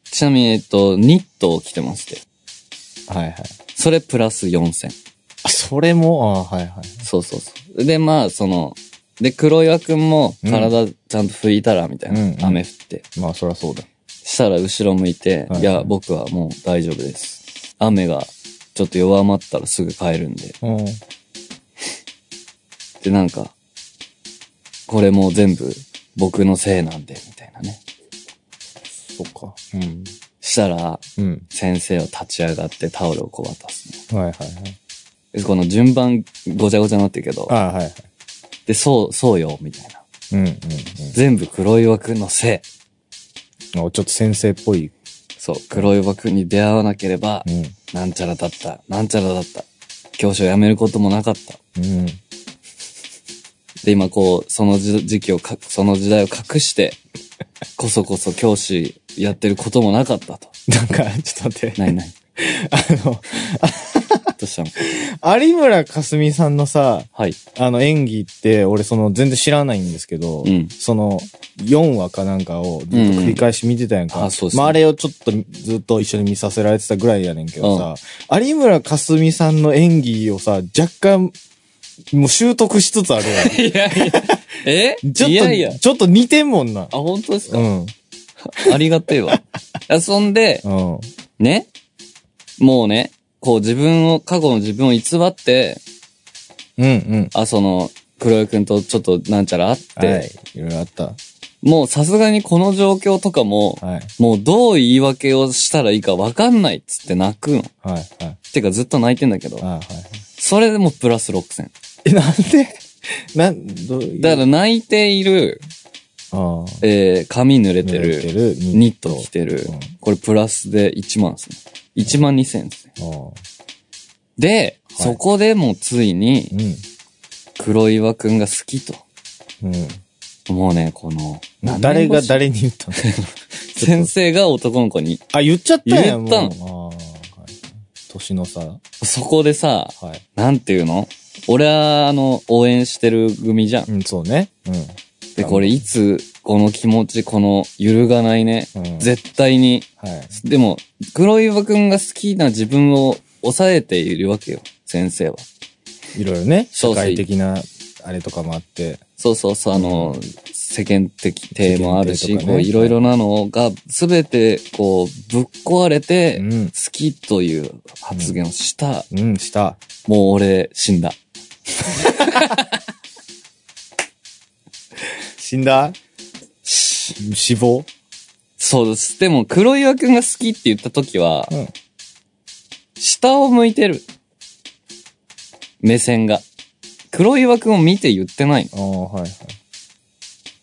Speaker 1: ちなみに、えっと、ニットを着てまして。
Speaker 2: はいはい。
Speaker 1: それプラス4000。
Speaker 2: あそれも、ああ、はいはい。
Speaker 1: そうそうそう。で、まあ、その、で、黒岩くんも
Speaker 2: うん
Speaker 1: 体ちゃんと拭いたら、みたいな。
Speaker 2: うんうん
Speaker 1: 雨降って。
Speaker 2: まあ、そりゃそうだ。
Speaker 1: したら後ろ向いて、
Speaker 2: はい
Speaker 1: いや、僕はもう大丈夫です。雨がちょっと弱まったらすぐ帰るんで。
Speaker 2: うん。
Speaker 1: で、なんか、これもう全部僕のせいなんで、みたいなね。
Speaker 2: そっか。うん。
Speaker 1: したら、
Speaker 2: うん。
Speaker 1: 先生を立ち上がってタオルをこう渡すの
Speaker 2: はいはいはい。
Speaker 1: でこの順番ごちゃごちゃになってるけど
Speaker 2: あ、あ、はいはい。
Speaker 1: で、そう、そうよ、みたいな。
Speaker 2: うんうん
Speaker 1: 全部黒岩くんのせい。
Speaker 2: うん。あちょっと先生っぽい。
Speaker 1: そう、黒岩くんに出会わなければ
Speaker 2: う、ん。
Speaker 1: なんちゃらだった、なんちゃらだった。教師を辞めることもなかった。
Speaker 2: うん。
Speaker 1: で、今こう、その時時期をか、その時代を隠して、こそこそ教師やってることもなかったと。
Speaker 2: なんか、ちょっと待って。
Speaker 1: ないない。
Speaker 2: あ の、
Speaker 1: どうしたの
Speaker 2: 有村架純さんのさ、
Speaker 1: はい。
Speaker 2: あの演技って、俺その全然知らないんですけど、
Speaker 1: うん
Speaker 2: その4話かなんかをずっと繰り返し見てたやんか。
Speaker 1: うんうんあそうっすね
Speaker 2: まああれをちょっとずっと一緒に見させられてたぐらいやねんけどさ、有村架純さんの演技をさ、若干、もう習得しつつあるやん。
Speaker 1: いやいや。 え
Speaker 2: ちょっと、
Speaker 1: いやいや。
Speaker 2: ちょっと似てんもんな。
Speaker 1: あ、本当です
Speaker 2: う
Speaker 1: か、
Speaker 2: ん。うん。
Speaker 1: ありがてえ わ。遊んで、
Speaker 2: は
Speaker 1: ね。もうね、こう自分を、過去の自分を偽って、
Speaker 2: い。うんうん。
Speaker 1: あ、その、黒井くんとちょっとなんちゃらあって、
Speaker 2: はい。いろいろあった。
Speaker 1: もうさすがにこの状況とかも、
Speaker 2: はい。
Speaker 1: もうどう言い訳をしたらいいかわかんないっつって泣くの。
Speaker 2: はい。はい。
Speaker 1: てかずっと泣いてんだけど、
Speaker 2: あはい。
Speaker 1: それでもプラス6000。
Speaker 2: え、なんで なん、どういう
Speaker 1: だから泣いている、
Speaker 2: ああ。
Speaker 1: えー、髪濡れて
Speaker 2: 濡れ
Speaker 1: る、
Speaker 2: る、
Speaker 1: ニット着てる
Speaker 2: うん、
Speaker 1: これプラスで1万ですね。1万2000ですね。
Speaker 2: ああ。
Speaker 1: で、
Speaker 2: はい
Speaker 1: そこでもうついに、黒岩くんが好きと。
Speaker 2: うん。うん。
Speaker 1: もうね、この、
Speaker 2: 誰
Speaker 1: 何年
Speaker 2: が
Speaker 1: 越し
Speaker 2: 誰に言ったの
Speaker 1: 先生が男の子に、
Speaker 2: あ、言っちゃったや
Speaker 1: 言
Speaker 2: ん。
Speaker 1: ったの
Speaker 2: もうあーはい年の差。は
Speaker 1: そこでさ、
Speaker 2: い。
Speaker 1: なんていうの俺は、あの、応援してる組じゃん。
Speaker 2: うん、そうね。
Speaker 1: で、これいつ、この気持ち、この、揺るがないね。
Speaker 2: うん。うん。
Speaker 1: 絶対に。
Speaker 2: はい。
Speaker 1: でも、黒岩くんが好きな自分を抑えているわけよ、先生は。
Speaker 2: いろいろね、社
Speaker 1: そうそう
Speaker 2: 会的な、あれとかもあって。
Speaker 1: そうそうそう、あの、世間的体もある
Speaker 2: 世
Speaker 1: し、
Speaker 2: 間体とかね
Speaker 1: こう、いろいろなのが、すべて、こう、ぶっ壊れて、
Speaker 2: うん。
Speaker 1: 好きという発言をした、
Speaker 2: うん、した。
Speaker 1: もう俺、死んだ。
Speaker 2: 死んだ死亡
Speaker 1: そうです。でも、黒岩くんが好きって言った時は、
Speaker 2: うん
Speaker 1: 下を向いてる。目線が。黒岩くんを見て言ってないの。
Speaker 2: ああ、はいはい。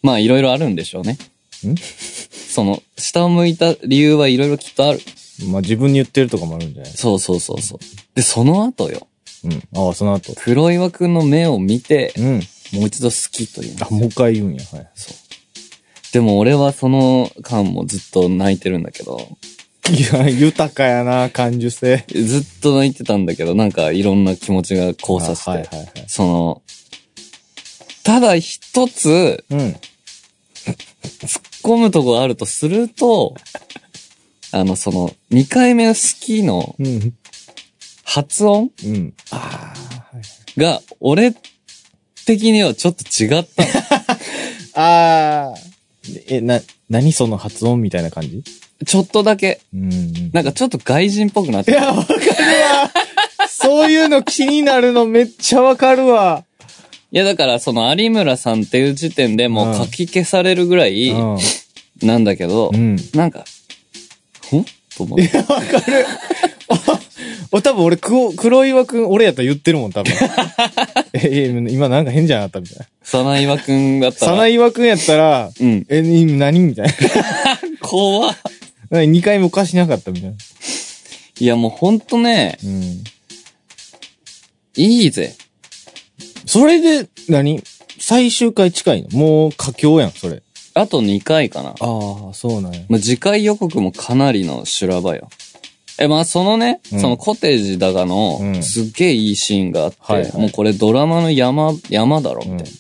Speaker 1: まあ、いろいろあるんでしょうね。
Speaker 2: ん
Speaker 1: その、下を向いた理由はいろいろきっとある。
Speaker 2: まあ、自分に言ってるとかもあるんじゃない
Speaker 1: そうそうそうそう。で、その後よ。
Speaker 2: うん。ああ、その後。
Speaker 1: 黒岩くんの目を見て
Speaker 2: う、ん。
Speaker 1: もう一度好きという。
Speaker 2: あ、もう一回言うんや。はい。
Speaker 1: そう。でも俺はその間もずっと泣いてるんだけど、
Speaker 2: いや、豊かやな、感受性。
Speaker 1: ずっと泣いてたんだけど、なんかいろんな気持ちが交差して、
Speaker 2: あはいはいはい。
Speaker 1: その、ただ一つ
Speaker 2: うん。
Speaker 1: 込むとこあるとすると、あの、その、二回目の好きの
Speaker 2: うん。
Speaker 1: 発音
Speaker 2: うん。ああ、はい。
Speaker 1: が、俺的にはちょっと違ったの。
Speaker 2: ああ。え、な、何その発音みたいな感じ
Speaker 1: ちょっとだけ、
Speaker 2: うん。
Speaker 1: なんか、ちょっと外人っぽくなっ
Speaker 2: い
Speaker 1: てた
Speaker 2: や、わかる わ。そういうの気になるのめっちゃわかるわ。
Speaker 1: いや、だから、その有村さんっていう時点でもう書き消されるぐらい
Speaker 2: うん。
Speaker 1: なんだけど、
Speaker 2: うん。
Speaker 1: なんか、ほんと思って。
Speaker 2: わかる。わ俺多分俺、黒黒岩くん、俺やったら言ってるもん、 多分。え、いや今なんか変じゃなかったみたいな。
Speaker 1: サナイワくんだった
Speaker 2: サ
Speaker 1: ら。
Speaker 2: ナイワくんやったら、
Speaker 1: うん。
Speaker 2: え、い何みたいな。
Speaker 1: 怖っ
Speaker 2: なんか2回もおかしなかったみたいな。
Speaker 1: いやもうほんとね、
Speaker 2: うん。
Speaker 1: いいぜ。
Speaker 2: それで何、最終回近いのもう佳境やん、それ。
Speaker 1: あと2回かな。
Speaker 2: ああ、そうなんや。
Speaker 1: まあ、次回予告もかなりの修羅場よ。え、まあ、そのね、
Speaker 2: うん
Speaker 1: そのコテージだがの、
Speaker 2: うん
Speaker 1: すっげえいいシーンがあって、
Speaker 2: はいはい
Speaker 1: もうこれドラマの山、山だろ、み
Speaker 2: うんうんうん
Speaker 1: たい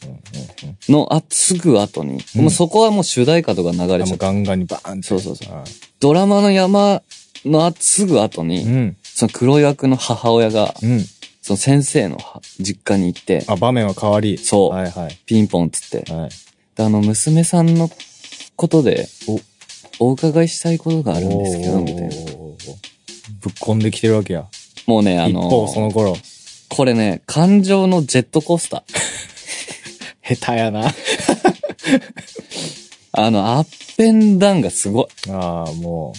Speaker 1: な。の、あ、すぐ後に、
Speaker 2: うん
Speaker 1: もうそこはもう主題歌とか流
Speaker 2: あ
Speaker 1: れちゃ
Speaker 2: もう
Speaker 1: った。
Speaker 2: ガンガンにバーンって。
Speaker 1: そうそうそう
Speaker 2: あ
Speaker 1: ドラマの山のあ、すぐ後
Speaker 2: ー
Speaker 1: に、
Speaker 2: うん。
Speaker 1: その黒岩くんの母親が、
Speaker 2: うん。
Speaker 1: その先生のは実家に行って、
Speaker 2: あ、場面は変わり。
Speaker 1: そう
Speaker 2: はいはい。
Speaker 1: ピンポンっつって、
Speaker 2: はい。
Speaker 1: であの、娘さんのことで、お、お伺いしたいことがあるんですけど、みたいな。
Speaker 2: おーぶっこんできてるわけや。
Speaker 1: もうね、あ
Speaker 2: 一
Speaker 1: の
Speaker 2: 方、その頃。
Speaker 1: これね、感情のジェットコースター。
Speaker 2: 下手やな。
Speaker 1: あの、アッペンダウンがすご
Speaker 2: ああ、も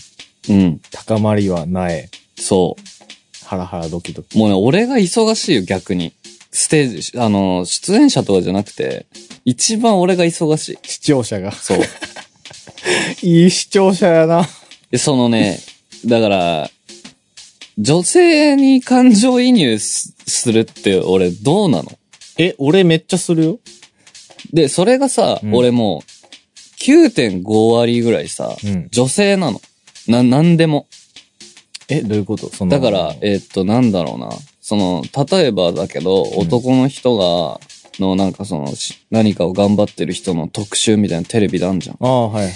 Speaker 2: う、
Speaker 1: い。うん。
Speaker 2: 高まりはない。
Speaker 1: そ
Speaker 2: ハラハラドキドキ。
Speaker 1: う。もうね、俺が忙しいよ、逆に。ステージ、あの、出演者とかじゃなくて、一番俺が忙しい。
Speaker 2: 視聴者が。
Speaker 1: そう。
Speaker 2: いい視聴者やな。
Speaker 1: で、そのね、だから、女性に感情移入すするって俺どうなの
Speaker 2: え、俺めっちゃするよ。
Speaker 1: で、それがさ、
Speaker 2: うん
Speaker 1: 俺もう、9.5割ぐらいさ、
Speaker 2: うん。
Speaker 1: 女性なの。な、なんでも。
Speaker 2: え、どういうことその。
Speaker 1: だから、えっと、なんだろうな。その、例えばだけど、
Speaker 2: ん
Speaker 1: 男の人が、の、なんかその、し何かを頑張ってる人の特集みたいなテレビであんじゃん。
Speaker 2: ああ、はいはい。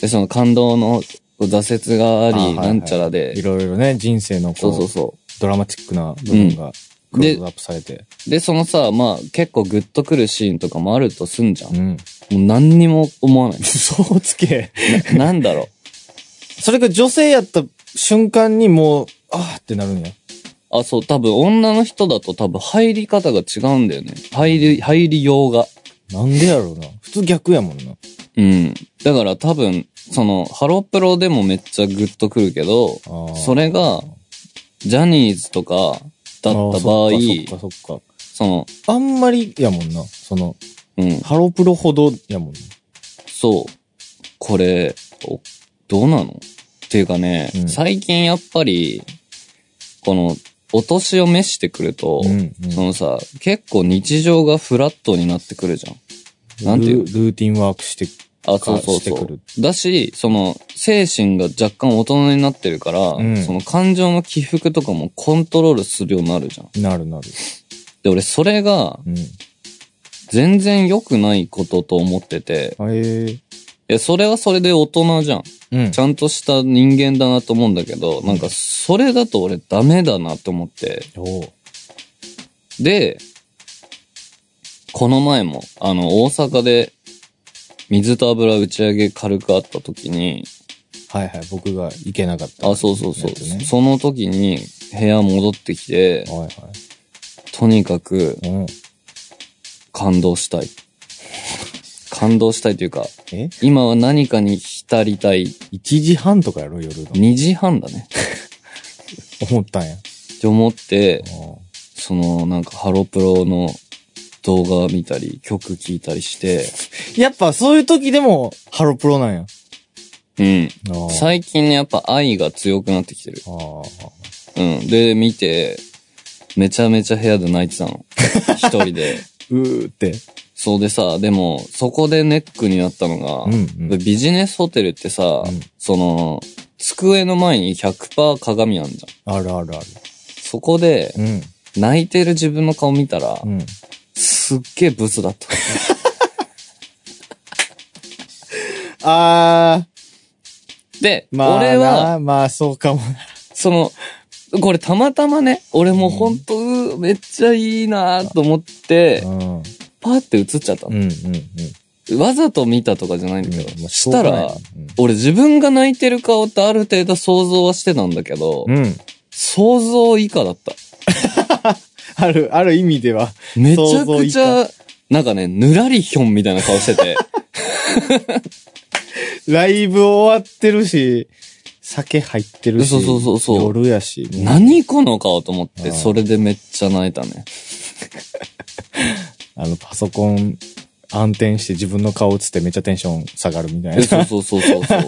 Speaker 1: で、その感動の挫折があり、
Speaker 2: あはいはい
Speaker 1: なんちゃらで
Speaker 2: い、ろいろね、人生のこ
Speaker 1: そう
Speaker 2: う
Speaker 1: そうそ
Speaker 2: ドラマチックな部分がクローズアップされて。
Speaker 1: う。で、そのさ、まあ、結構グッとくるシーンとかもあるとすんじゃん。
Speaker 2: う
Speaker 1: も
Speaker 2: ん。
Speaker 1: う何にも思わな
Speaker 2: 嘘をつけ。
Speaker 1: い。 ななんだろ
Speaker 2: それが女性やった瞬間にもう、ああってなるんや。
Speaker 1: う。あ、そう、多分女の人だと多分入り方が違うんだよね。入り、入りようが。
Speaker 2: なんでやろうな。普通逆やもんな。
Speaker 1: うん。だから多分、その、ハロプロでもめっちゃグッとくるけど、
Speaker 2: ああ
Speaker 1: それがジャニーズとかだった場合、そ
Speaker 2: ああそっかそっかそっ
Speaker 1: の、
Speaker 2: か。あんまりやもんな。その、
Speaker 1: うん、
Speaker 2: ハロプロほどやもんな。
Speaker 1: そう。これ、おどうなのっていうかね、
Speaker 2: うん
Speaker 1: 最近やっぱり、この、お年を召してくると、
Speaker 2: うんうん
Speaker 1: そのさ、結構日常がフラットになってくるじゃん。なんていう
Speaker 2: ルールーティンワークして、
Speaker 1: あ、そうそう
Speaker 2: して
Speaker 1: そ
Speaker 2: くる
Speaker 1: う。だし、その、精神が若干大人になってるから、
Speaker 2: ん
Speaker 1: その感情の起伏とかもコントロールするようになるじゃん。
Speaker 2: なるなる。
Speaker 1: で、俺それが、
Speaker 2: うん。
Speaker 1: 全然良くないことと思ってて、
Speaker 2: あええ
Speaker 1: いや、それはそれで大人じゃん。
Speaker 2: うん
Speaker 1: ち。ゃんとした人間だなと思うんだけど、なんか、それだと俺ダメだなと思って。
Speaker 2: おう
Speaker 1: で、この前も、あの、大阪で、水と油打ち上げ軽くあった時に、
Speaker 2: はいはい、僕が行けなかった。
Speaker 1: あ、そうそうそう、
Speaker 2: やつね
Speaker 1: その時に部屋戻ってきて、
Speaker 2: はいは
Speaker 1: とにかく
Speaker 2: い。うん。
Speaker 1: 感動したい。感動したいというか、
Speaker 2: え
Speaker 1: 今は何かに浸りたい。
Speaker 2: ?1 時半とかやろ、夜の。
Speaker 1: 2時半だね。
Speaker 2: 思ったんや。
Speaker 1: って思って、
Speaker 2: う
Speaker 1: そのなんかハロプロの動画見たり、曲聴いたりして、
Speaker 2: んやっぱそういう時でも、ハロプロなんや。
Speaker 1: うん。
Speaker 2: あー
Speaker 1: 最近ね、やっぱ愛が強くなってきてる。
Speaker 2: あー。
Speaker 1: うん。で、見て、めちゃめちゃ部屋で泣いてたの。一人 で。
Speaker 2: うーって。
Speaker 1: そうでさ、でも、そこでネックになったのが、
Speaker 2: うんうん
Speaker 1: ビジネスホテルってさ、
Speaker 2: うん
Speaker 1: その、机の前に100%鏡あんじゃん。
Speaker 2: あるあるある。
Speaker 1: そこで、
Speaker 2: うん。
Speaker 1: 泣いてる自分の顔見たら、
Speaker 2: うん。
Speaker 1: すっげえブスだ った。
Speaker 2: あ
Speaker 1: で、
Speaker 2: ー、まあな。
Speaker 1: 俺は、
Speaker 2: まあそうかも。
Speaker 1: その、これたまたまね、俺もほんと、うーめっちゃいいなーと思って
Speaker 2: う、ん。うん
Speaker 1: パーって映っちゃった
Speaker 2: うんう
Speaker 1: の、
Speaker 2: ん。
Speaker 1: わざと見たとかじゃないんだけど、
Speaker 2: うん
Speaker 1: したら、、俺自分が泣いてる顔ってある程度想像はしてたんだけど、
Speaker 2: うん。うん。
Speaker 1: 想像以下だった。
Speaker 2: ある、ある意味では。
Speaker 1: めちゃく
Speaker 2: 想
Speaker 1: ち
Speaker 2: 像
Speaker 1: ゃ、なんかね、ぬらりひょんみたいな顔してて、
Speaker 2: ライブ終わってるし、酒入ってるし、
Speaker 1: そうそうそうそう
Speaker 2: 夜やし、もう
Speaker 1: 何この顔と思って、
Speaker 2: あー
Speaker 1: それでめっちゃ泣いたね。
Speaker 2: あの、パソコン暗転して自分の顔映ってめっちゃテンション下がるみたい
Speaker 1: え
Speaker 2: な。
Speaker 1: そうそうそうそうそう。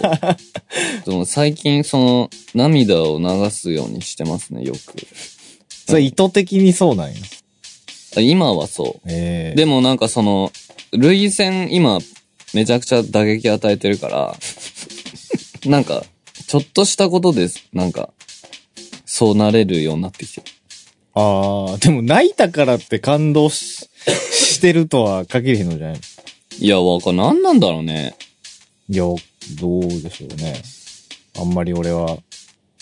Speaker 1: でも最近その涙を流すようにしてますね、よく。
Speaker 2: それ意図的にそうなんや。
Speaker 1: 今はそう。
Speaker 2: ええ
Speaker 1: でもなんかその、類戦今めちゃくちゃ打撃与えてるから、 なんか、ちょっとしたことです。なんか、そうなれるようになってきてる。
Speaker 2: ああ、でも泣いたからって感動ししてるとは限りへんのじゃない
Speaker 1: いや、わかん、なんなんだろうね。
Speaker 2: いや、どうでしょうね。あんまり俺は。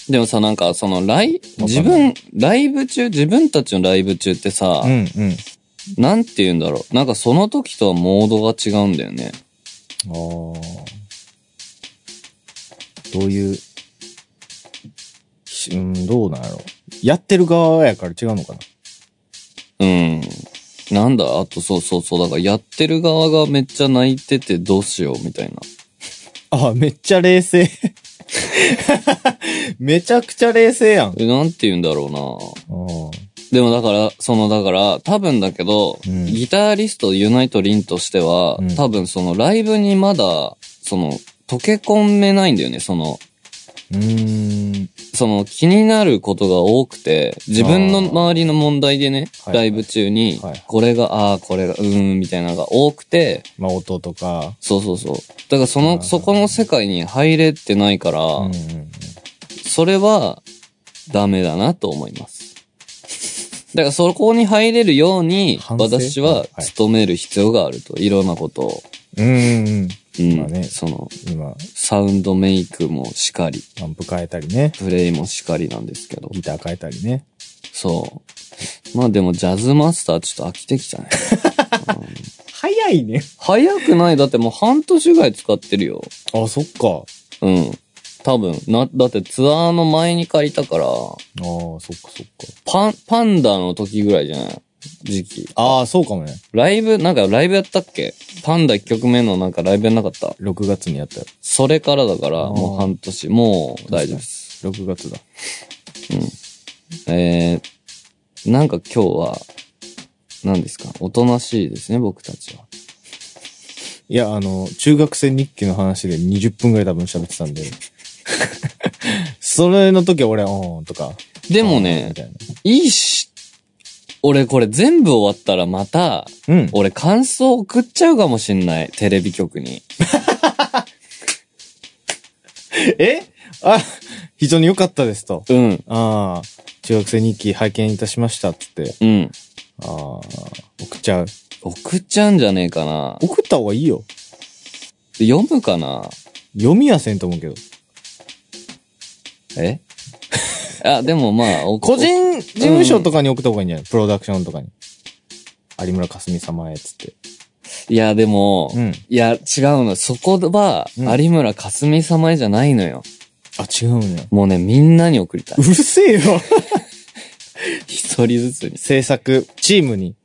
Speaker 1: でもさ、なんかそのライ、
Speaker 2: ない
Speaker 1: 自分、ライブ中、自分たちのライブ中ってさ、
Speaker 2: うんうん。
Speaker 1: なんて言うんだろう。なんかその時とはモードが違うんだよね。
Speaker 2: ああ。どういう、しうん、どうなんやろ。やってる側やから違うのかな。
Speaker 1: うん。なんだ、あとそうそうそう。だからやってる側がめっちゃ泣いててどうしようみたいな。
Speaker 2: ああ、めっちゃ冷静。 めちゃくちゃ冷静やん。あ
Speaker 1: え、なんて言うんだろうな。
Speaker 2: あ。
Speaker 1: でもだから、そのだから、多分だけど、
Speaker 2: うん
Speaker 1: ギタリストユナイトリンとしては、
Speaker 2: うん
Speaker 1: 多分そのライブにまだ、その、溶け込めないんだよね、その、
Speaker 2: うーん。
Speaker 1: その気になることが多くて、自分の周りの問題でね、
Speaker 2: あー
Speaker 1: ライブ中に
Speaker 2: はいはい、
Speaker 1: これが、ああ、これが、うーん、みたいなのが多くて、
Speaker 2: まあ、音とか。
Speaker 1: そうそうそう。だからそ
Speaker 2: あ
Speaker 1: の、
Speaker 2: ー
Speaker 1: そこの世界に入れてないから、
Speaker 2: うんうんうん。
Speaker 1: それは、ダメだなと思います。 だからそこに入れるように、
Speaker 2: 反省
Speaker 1: 私は
Speaker 2: はい
Speaker 1: 努める必要があると。いろんなことを。
Speaker 2: うんうん。
Speaker 1: うん。
Speaker 2: まあね
Speaker 1: その、
Speaker 2: 今、
Speaker 1: サウンドメイクもしかり、
Speaker 2: アンプ変えたりね。
Speaker 1: プレイもしかりなんですけど。
Speaker 2: ギター変えたりね。
Speaker 1: そう。まあでも、ジャズマスターちょっと飽きてきたね。
Speaker 2: 早いね。
Speaker 1: 早くないだってもう半年ぐらい使ってるよ。
Speaker 2: あ、そっか。
Speaker 1: うん。多分、な、だってツアーの前に借りたから、
Speaker 2: ああ、そっかそっか。
Speaker 1: パン、パンダの時ぐらいじゃない時期。
Speaker 2: ああ、そうかもね。
Speaker 1: ライブ、なんかライブやったっけパンダ1曲目のなんかライブやんなかった
Speaker 2: 6月にやったよ。
Speaker 1: それからだから、
Speaker 2: あー
Speaker 1: もう半年、もう大丈夫です。
Speaker 2: 6月だ。
Speaker 1: えー、なんか今日は、何ですかおとなしいですね、僕たちは。
Speaker 2: いや、あの、中学生日記の話で20分ぐらい多分喋ってたんで。 それの時は俺、おーんとか。
Speaker 1: でも
Speaker 2: あー
Speaker 1: ね
Speaker 2: み、たい
Speaker 1: いいし、俺これ全部終わったらまた、
Speaker 2: なうん。
Speaker 1: 俺感想送っちゃうかもしんない。テレビ局に。
Speaker 2: えあ、非常に良かったですと。
Speaker 1: うん。
Speaker 2: ああ、中学生日記拝見いたしましたっつって。
Speaker 1: うん。
Speaker 2: ああ、送っちゃう。
Speaker 1: 送っちゃうんじゃねえかな。
Speaker 2: 送った方がいいよ。
Speaker 1: 読むかな
Speaker 2: 読みやせんと思うけど。
Speaker 1: え あ、でもまあ、お
Speaker 2: 個人事務所とかに送った方がいいんじゃない、プロダクションとかに。有村架純様へっつって。
Speaker 1: いや、でも、
Speaker 2: うん。
Speaker 1: いや、違うの。そこは、
Speaker 2: うん
Speaker 1: 有村架純様へじゃないのよ。
Speaker 2: あ、違うんや。。
Speaker 1: もうね、みんなに送りたいう
Speaker 2: るせえよ。
Speaker 1: 一人ずつに。
Speaker 2: 制作、チームに。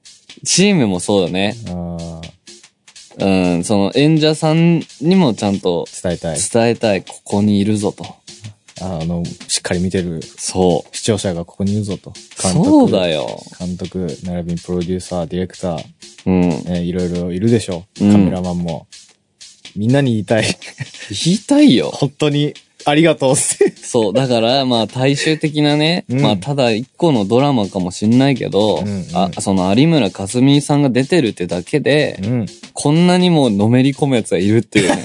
Speaker 1: チームもそうだね。
Speaker 2: ああ、
Speaker 1: うん、その演者さんにもちゃんと
Speaker 2: 伝えたい。
Speaker 1: 伝えたい。ここにいるぞと。
Speaker 2: あの、しっかり見てる
Speaker 1: そう。
Speaker 2: 視聴者がここにいるぞと。
Speaker 1: そうだ。よ。
Speaker 2: 監督、並びにプロデューサー、ディレクター、
Speaker 1: うん。
Speaker 2: ね、いろいろいるでしょう。
Speaker 1: うん
Speaker 2: カメラマンも。みんなに言い たい。
Speaker 1: 言いたいよ。
Speaker 2: 本当に、ありがとうって。
Speaker 1: そう。だから、まあ、大衆的なね、
Speaker 2: うん
Speaker 1: まあ、ただ一個のドラマかもしんないけど、
Speaker 2: うんうん
Speaker 1: あ、その有村架純さんが出てるってだけで、
Speaker 2: うん。
Speaker 1: こんなにものめり込むやつがいるっていう ね。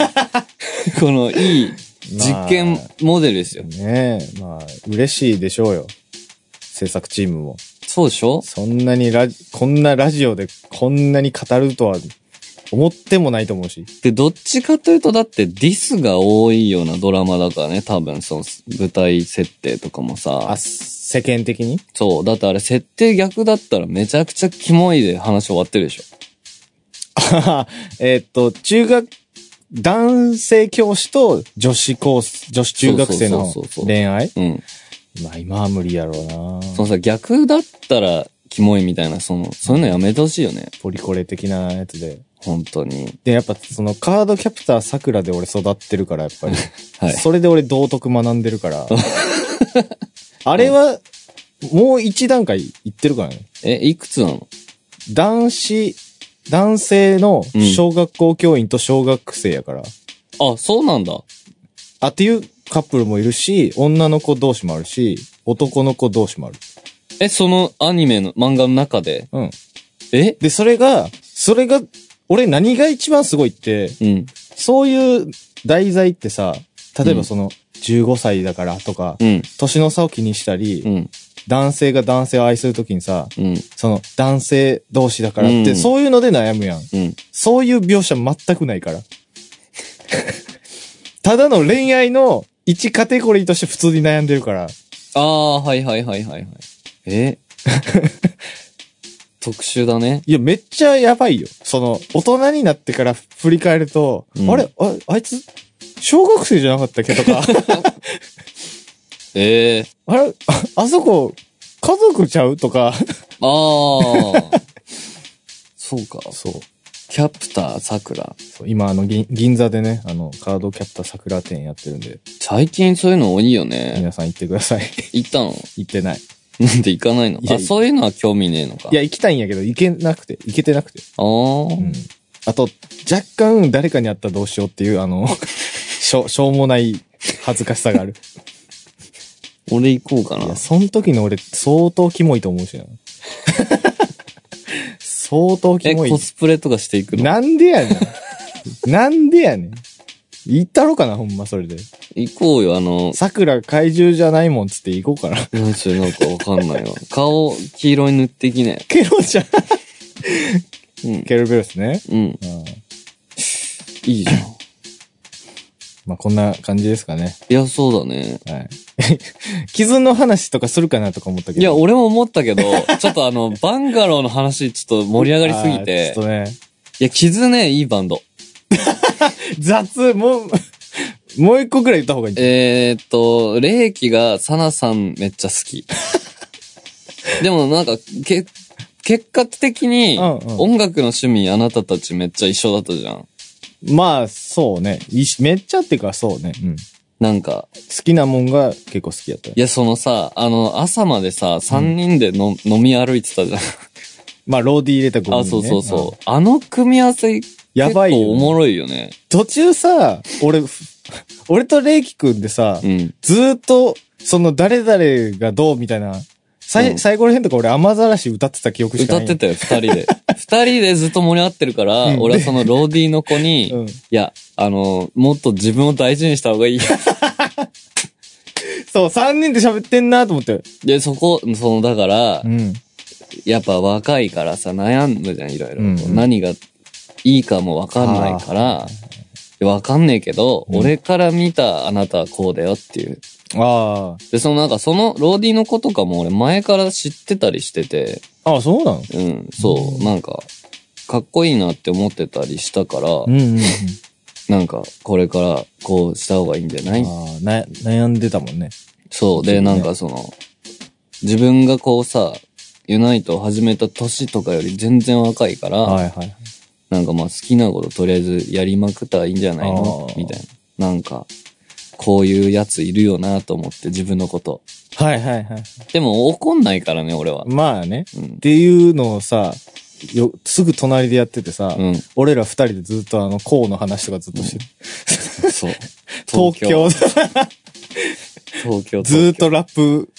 Speaker 1: この、いい実験モデルですよ。
Speaker 2: ねえ、まあ、嬉しいでしょうよ。制作チームも。
Speaker 1: そうでしょ
Speaker 2: そんなにラジ、こんなラジオでこんなに語るとは思ってもないと思うし。
Speaker 1: で、どっちかというと、だってディスが多いようなドラマだからね、多分、その、舞台設定とかもさ。
Speaker 2: あ、世間的に
Speaker 1: そう。だってあれ、設定逆だったらめちゃくちゃキモいで話終わってるでしょ。
Speaker 2: あ えーっと、中学、男性教師と女子高生、女子中学生の
Speaker 1: そうそうそうそう
Speaker 2: 恋愛
Speaker 1: うん。
Speaker 2: まあ今は無理やろうな
Speaker 1: そのさ、逆だったらキモいみたいな、その、そういうのやめてほしいよね。
Speaker 2: ポリコレ的なやつで。
Speaker 1: 本当に。
Speaker 2: で、やっぱそのカードキャプター桜で俺育ってるから、やっぱり。
Speaker 1: はい。
Speaker 2: それで俺道徳学んで るから。あれは、もう一段階いってるからね。
Speaker 1: え、いくつなの
Speaker 2: 男子、男性の小学校教員と小学生やから。
Speaker 1: あ、そうなんだ。
Speaker 2: あ、っていうカップルもいるし、女の子同士もあるし、男の子同士もある。
Speaker 1: え、そのアニメの漫画の中で
Speaker 2: うん。
Speaker 1: え
Speaker 2: で、それが、それが、俺何が一番すごいって、
Speaker 1: うん。
Speaker 2: そういう題材ってさ、例え
Speaker 1: うん
Speaker 2: ばその、15歳だからとか、
Speaker 1: うん。
Speaker 2: 年の差を気にしたり、
Speaker 1: うん。
Speaker 2: 男性が男性を愛するときにさ、
Speaker 1: うん。
Speaker 2: その男性同士だからって、
Speaker 1: うん
Speaker 2: そういうので悩むやん。
Speaker 1: うん。
Speaker 2: そういう描写全 くないから。ただの恋愛の一カテゴリーとして普通に悩んでるから。
Speaker 1: ああ、はいはいはいはいはい。え 特殊だね。
Speaker 2: いや、めっちゃやばいよ。その、大人になってから振り返ると、
Speaker 1: うん
Speaker 2: あれあ、あいつ、小学生じゃなかったっけと か、
Speaker 1: ええ
Speaker 2: あれあ、あそこ、家族ちゃうと
Speaker 1: ああ。
Speaker 2: か。
Speaker 1: そうか。
Speaker 2: そう。
Speaker 1: キャプター桜。
Speaker 2: そう今、あの、銀銀座でね、あの、カードキャプター桜店やってるんで、
Speaker 1: 最近そういうの多いよね。
Speaker 2: 皆さん行ってください。
Speaker 1: 行ったの
Speaker 2: 行ってない。
Speaker 1: なんで行かないの
Speaker 2: いや
Speaker 1: あ、そういうのは興味ねえのか。
Speaker 2: いや、行きたいんやけど、行けなくて、行けてなくて。
Speaker 1: あー、
Speaker 2: うん。あと、若干、誰かに会ったらどうしようっていう、あ の、しょ、しょうもない恥ずかしさがある。
Speaker 1: 俺行こうか
Speaker 2: いや、
Speaker 1: な。
Speaker 2: その時の俺、相当キモいと思 うしな。相当キ
Speaker 1: え、
Speaker 2: モい
Speaker 1: コ。スプレとかしていくの
Speaker 2: なんでやねん。なんでやねん。行ったろかな、ほんま、それで。
Speaker 1: 行こうよ、あの、
Speaker 2: 桜怪獣じゃないもんつって行こうかな。
Speaker 1: 何それなんかわかんないわ。顔、黄色に塗ってきね。
Speaker 2: ケロちゃん。
Speaker 1: うん。
Speaker 2: ケロベロスね。
Speaker 1: うん。
Speaker 2: うん。
Speaker 1: いいじゃん。い
Speaker 2: まあ、こんな感じですかね。
Speaker 1: や、そうだね。
Speaker 2: はい。 傷の話とかするかなとか思ったけど。
Speaker 1: いや、俺も思ったけど、ちょっとあ の、バンガローの話、ちょっと盛り上がりすぎ
Speaker 2: あー
Speaker 1: て
Speaker 2: ちょ。っとね。
Speaker 1: いや、傷ね、いいバンド。
Speaker 2: 雑、もう、もう一個くらい言った方がいい。
Speaker 1: えー、っと、レイキがサナさんめっちゃ好 き。でもなんか、け、結果的に、
Speaker 2: うんうん
Speaker 1: 音楽の趣味あなたたちめっちゃ一緒だったじゃん。
Speaker 2: まあ、そうね。いしめっちゃっていうか、そうね。うん。好
Speaker 1: なんか、
Speaker 2: きなもんが結構好きやった。
Speaker 1: いや、そのさ、あの、朝までさ、3人での、飲み歩いてたじゃん。
Speaker 2: まあ、ローディ入れた5人、ね。
Speaker 1: あ、そうそう
Speaker 2: うん
Speaker 1: そう。あの組み合わせ、
Speaker 2: やばい
Speaker 1: 結構お
Speaker 2: よ、
Speaker 1: もろいよね。
Speaker 2: 途中さ、俺、 ふ俺とレイキ君でさ、
Speaker 1: うん。
Speaker 2: ずーっと、その誰々がどうみたいな、さい
Speaker 1: うん
Speaker 2: 最後ら辺とか俺雨ざらし歌ってた記憶しか
Speaker 1: 歌
Speaker 2: ない。
Speaker 1: ってたよ、二人 で。二人でずっと盛り上がってるから、
Speaker 2: うん
Speaker 1: 俺はそのローディーの子に、
Speaker 2: うん
Speaker 1: いや、あの、もっと自分を大事にした方がいいよ。
Speaker 2: そう、3人で喋ってんなと思って。
Speaker 1: で、そこ、その、だから
Speaker 2: う、ん。
Speaker 1: やっぱ若いからさ、悩むじゃん、いろいろ。
Speaker 2: うんうん
Speaker 1: 何がいいかもわかんないから、でわかんねえけど、
Speaker 2: うん
Speaker 1: 俺から見たあなたはこうだよっていう。
Speaker 2: あ
Speaker 1: で、そのなんか、そのローディーの子とかも俺前から知ってたりしてて、
Speaker 2: あ。ああ、そうなの
Speaker 1: うん、そう、なんか、かっこいいなって思ってたりしたから、
Speaker 2: うんうん、うん。
Speaker 1: なんか、これからこうした方がいいんじゃない
Speaker 2: ああ、な、悩んでたもんね。
Speaker 1: そう。
Speaker 2: そう
Speaker 1: で、
Speaker 2: ね
Speaker 1: なんかその、自分がこうさ、ユナイトを始めた年とかより全然若いから、
Speaker 2: はいはい。
Speaker 1: なんかまあ好きなこととりあえずやりまくったらいいんじゃないの
Speaker 2: あー
Speaker 1: みたいな。なんか、こういうやついるよなと思って自分のこと。
Speaker 2: はいはいはい。
Speaker 1: でも怒んないからね、俺は。
Speaker 2: まあね。
Speaker 1: うん
Speaker 2: っ。ていうのをさ、よ、すぐ隣でやっててさ、
Speaker 1: うん。
Speaker 2: 俺ら二人でずっとあの、こうの話とかずっとしてる。
Speaker 1: そう。
Speaker 2: 東京、
Speaker 1: 東京。
Speaker 2: ずーっとラップ、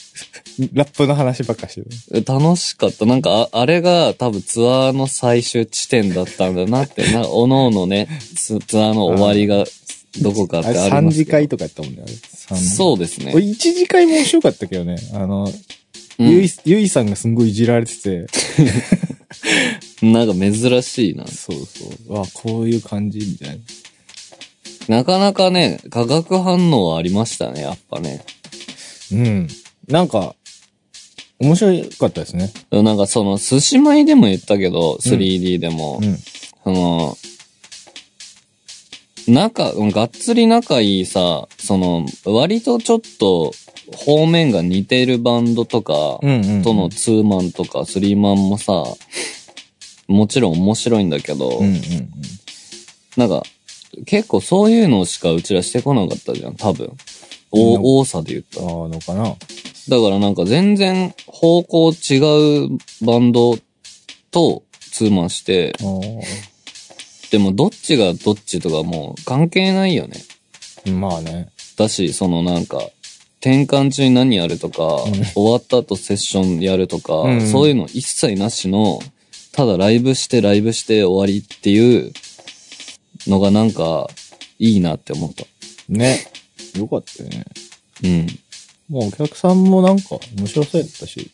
Speaker 2: ラップの話ばっかしてる。
Speaker 1: 東京楽しかった。なんかあ、あれが多分ツアーの最終地点だったんだな って。なんか、おのおのね、ツツアーの終わりがどこかって
Speaker 2: あ
Speaker 1: あ
Speaker 2: れ
Speaker 1: りますけど。
Speaker 2: 3次会とかやったもんね、あれ。三
Speaker 1: そうですね。
Speaker 2: 俺1次会も面白かったけどね。あの、
Speaker 1: うん
Speaker 2: ゆい、ゆいさんがすんごいいじられてて。
Speaker 1: なんか珍しいな。
Speaker 2: そうそう。わ、こういう感じみたいな。
Speaker 1: なかなかね、化学反応はありましたね、やっぱね。
Speaker 2: うん。なんか、面白かったですね。
Speaker 1: なんかその、寿司米でも言ったけど、3D でも、
Speaker 2: うん。
Speaker 1: その、仲、うんがっつり仲いいさ、その、割とちょっと、方面が似てるバンドとか、
Speaker 2: うんうん。
Speaker 1: とのツーマンとかスリーマンもさ、もちろん面白いんだけど、
Speaker 2: うんうんうん。
Speaker 1: なんか、結構そういうのしかうちらしてこなかったじゃん、多分。
Speaker 2: うん
Speaker 1: お多さで言ったら
Speaker 2: ああ、のかな。
Speaker 1: だからなんか全然方向違うバンドとツーマンして、
Speaker 2: あ
Speaker 1: でもどっちがどっちとかもう関係ないよね。
Speaker 2: あまあね。
Speaker 1: だし、そのなんか、転換中に何やるとか、
Speaker 2: ん
Speaker 1: 終わった後セッションやるとか、
Speaker 2: うん
Speaker 1: そういうの一切なしの、ただライブしてライブして終わりっていうのがなんか、いいなって思った。
Speaker 2: ね。よかったよね。
Speaker 1: うん。
Speaker 2: まあお客さんもなんか面白そうやったし、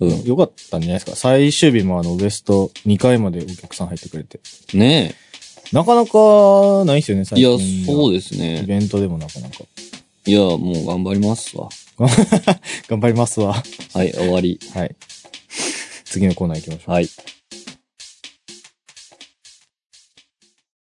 Speaker 1: うん。
Speaker 2: よかったんじゃないですか。最終日もあの、ウエスト2回までお客さん入ってくれて。
Speaker 1: ね
Speaker 2: なかなかないですよね、
Speaker 1: え。
Speaker 2: 最
Speaker 1: いや
Speaker 2: 近は。、
Speaker 1: そうです
Speaker 2: イ
Speaker 1: ね。
Speaker 2: ベントでもなかなか。
Speaker 1: いや、もう頑張りますわ。
Speaker 2: 頑張りますわ。
Speaker 1: はい、終わり。
Speaker 2: はい。次のコーナー行きましょう。
Speaker 1: はい。